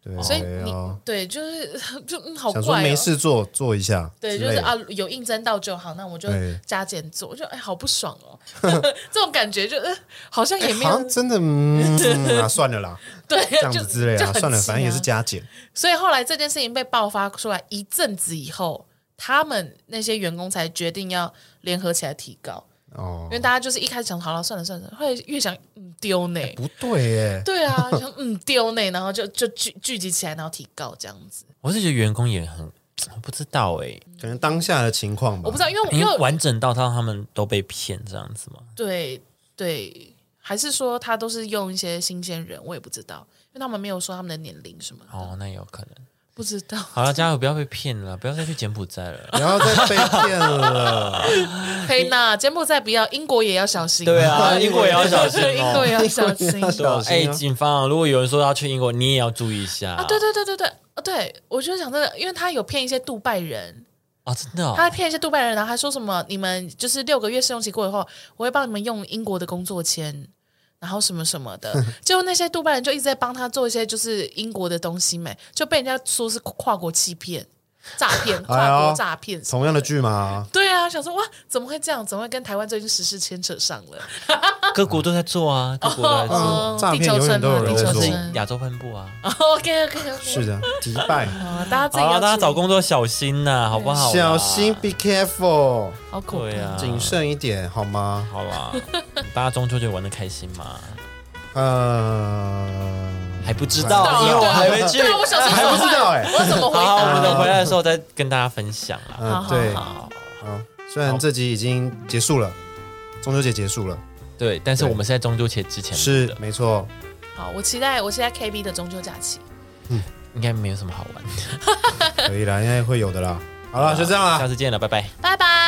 Speaker 3: 对，
Speaker 2: 所以你
Speaker 3: 哦
Speaker 2: 对就是 <laughs> 就嗯好
Speaker 3: 想说
Speaker 2: 怪、哦，
Speaker 3: 没事做做一下，
Speaker 2: 对，就是啊，，有应征到就好，那我就
Speaker 3: 对
Speaker 2: 加减做，就哎，好不爽哦， <laughs> 这种感觉就、呃、好像也没
Speaker 3: 哎好
Speaker 2: 有、
Speaker 3: 像真的，嗯，啊， <laughs> 算了啦，
Speaker 2: 对，
Speaker 3: 这
Speaker 2: <laughs>
Speaker 3: 样
Speaker 2: 就
Speaker 3: 子之类
Speaker 2: 就
Speaker 3: 啊，
Speaker 2: 很
Speaker 3: 算了，
Speaker 2: 气
Speaker 3: 反正也
Speaker 2: 啊
Speaker 3: 是加减，
Speaker 2: 所以后来这件事情被爆发出来一阵子以后，他们那些员工才决定要联合起来提高，
Speaker 3: 哦
Speaker 2: 因，为大家就是一开始想好了算了算了，后来越想嗯丢呢，
Speaker 3: 哎不对耶，
Speaker 2: 对
Speaker 3: <laughs>
Speaker 2: 啊，想嗯丢呢，然后就就聚聚集起来，然后提高这样子。
Speaker 1: 我是觉得员工也很不知道哎、
Speaker 3: 可能当下的情况吧，
Speaker 2: 我不知道，因为我
Speaker 1: 因
Speaker 2: 因
Speaker 1: 为
Speaker 2: 为
Speaker 1: 完整到他们都被骗这样子嘛。
Speaker 2: 对对，还是说他都是用一些新鲜人，我也不知道，因为他们没有说他们的年龄什么的，
Speaker 1: 哦，那也有可能。
Speaker 2: 不知道。
Speaker 1: 好了，家友不要被骗了，不要再去柬埔寨
Speaker 3: <laughs>
Speaker 1: 了。
Speaker 3: 不要再被
Speaker 2: <laughs>
Speaker 3: 骗了，
Speaker 2: 佩娜，柬埔寨不要，英国也要小心。
Speaker 1: 对
Speaker 2: <laughs>
Speaker 1: 啊英国也要小心哦
Speaker 2: 英国也要
Speaker 1: <laughs>
Speaker 2: 小心。
Speaker 3: 要小心
Speaker 2: 啊，
Speaker 1: 哎、
Speaker 3: 啊
Speaker 1: 警方、如果有人说要去英国，你也要注意一下
Speaker 2: 对对对对对，呃对我就想这个，因为他有骗一些杜拜人，
Speaker 1: 哦，真的、哦，
Speaker 2: 他骗一些杜拜人，然后还说什么你们就是六个月试用期过以后，我会帮你们用英国的工作签，然后什么什么
Speaker 1: <laughs>
Speaker 2: 的。结果那些杜拜人就一直在帮他做一些就是英国的东西没，就被人家说是跨国欺骗、诈骗、
Speaker 3: 哎呦
Speaker 2: 跨国诈骗什么。
Speaker 3: 同样的剧嘛，
Speaker 2: 对啊，想说哇，怎么会这样？怎么会跟台湾最近时事牵扯上了？
Speaker 1: 各国都在做啊，各国都在做。
Speaker 2: 哦，
Speaker 3: 诈骗永远都有人
Speaker 1: 就
Speaker 3: 在做
Speaker 1: 是
Speaker 2: 地球
Speaker 3: <laughs>
Speaker 2: 村
Speaker 1: 亚洲分部啊。
Speaker 2: OK OK OK，
Speaker 3: 是的，迪拜，
Speaker 2: 大家自己
Speaker 1: 好
Speaker 2: 要
Speaker 1: 啊，大家
Speaker 2: 注意
Speaker 1: 找工作小心呐、好不好啊啦？
Speaker 3: 小心，be careful，
Speaker 2: 好恐怖
Speaker 1: 对啊，
Speaker 3: 谨慎一点好吗？
Speaker 1: 好
Speaker 2: <laughs>
Speaker 1: 啦，大家中秋节玩的开心吗？
Speaker 3: 呃，
Speaker 1: 还不知
Speaker 3: 不
Speaker 1: 道，
Speaker 3: 知道
Speaker 1: 因为我还没去。
Speaker 2: 啊对，我想说
Speaker 3: 还不知道哎
Speaker 2: 我啊怎么回
Speaker 1: 好好，我们
Speaker 2: 答？
Speaker 1: 等回来的时候再跟大家分享啊啦。
Speaker 2: <laughs> 好
Speaker 3: 嗯，
Speaker 2: 好
Speaker 3: 对，
Speaker 2: 好，
Speaker 3: 嗯，虽然这集已经结束了，中秋节结束了，
Speaker 1: 对，但是
Speaker 3: 对
Speaker 1: 我们是在中秋节之前录
Speaker 3: 是
Speaker 1: 的，
Speaker 3: 没错，
Speaker 2: 好，我期待我期待 KB 的中秋假期。
Speaker 1: 应该没有什么好玩。
Speaker 3: 可以啦，应该会有的啦。好了，就这样啦
Speaker 1: 下，次见了，拜拜。
Speaker 2: 拜拜。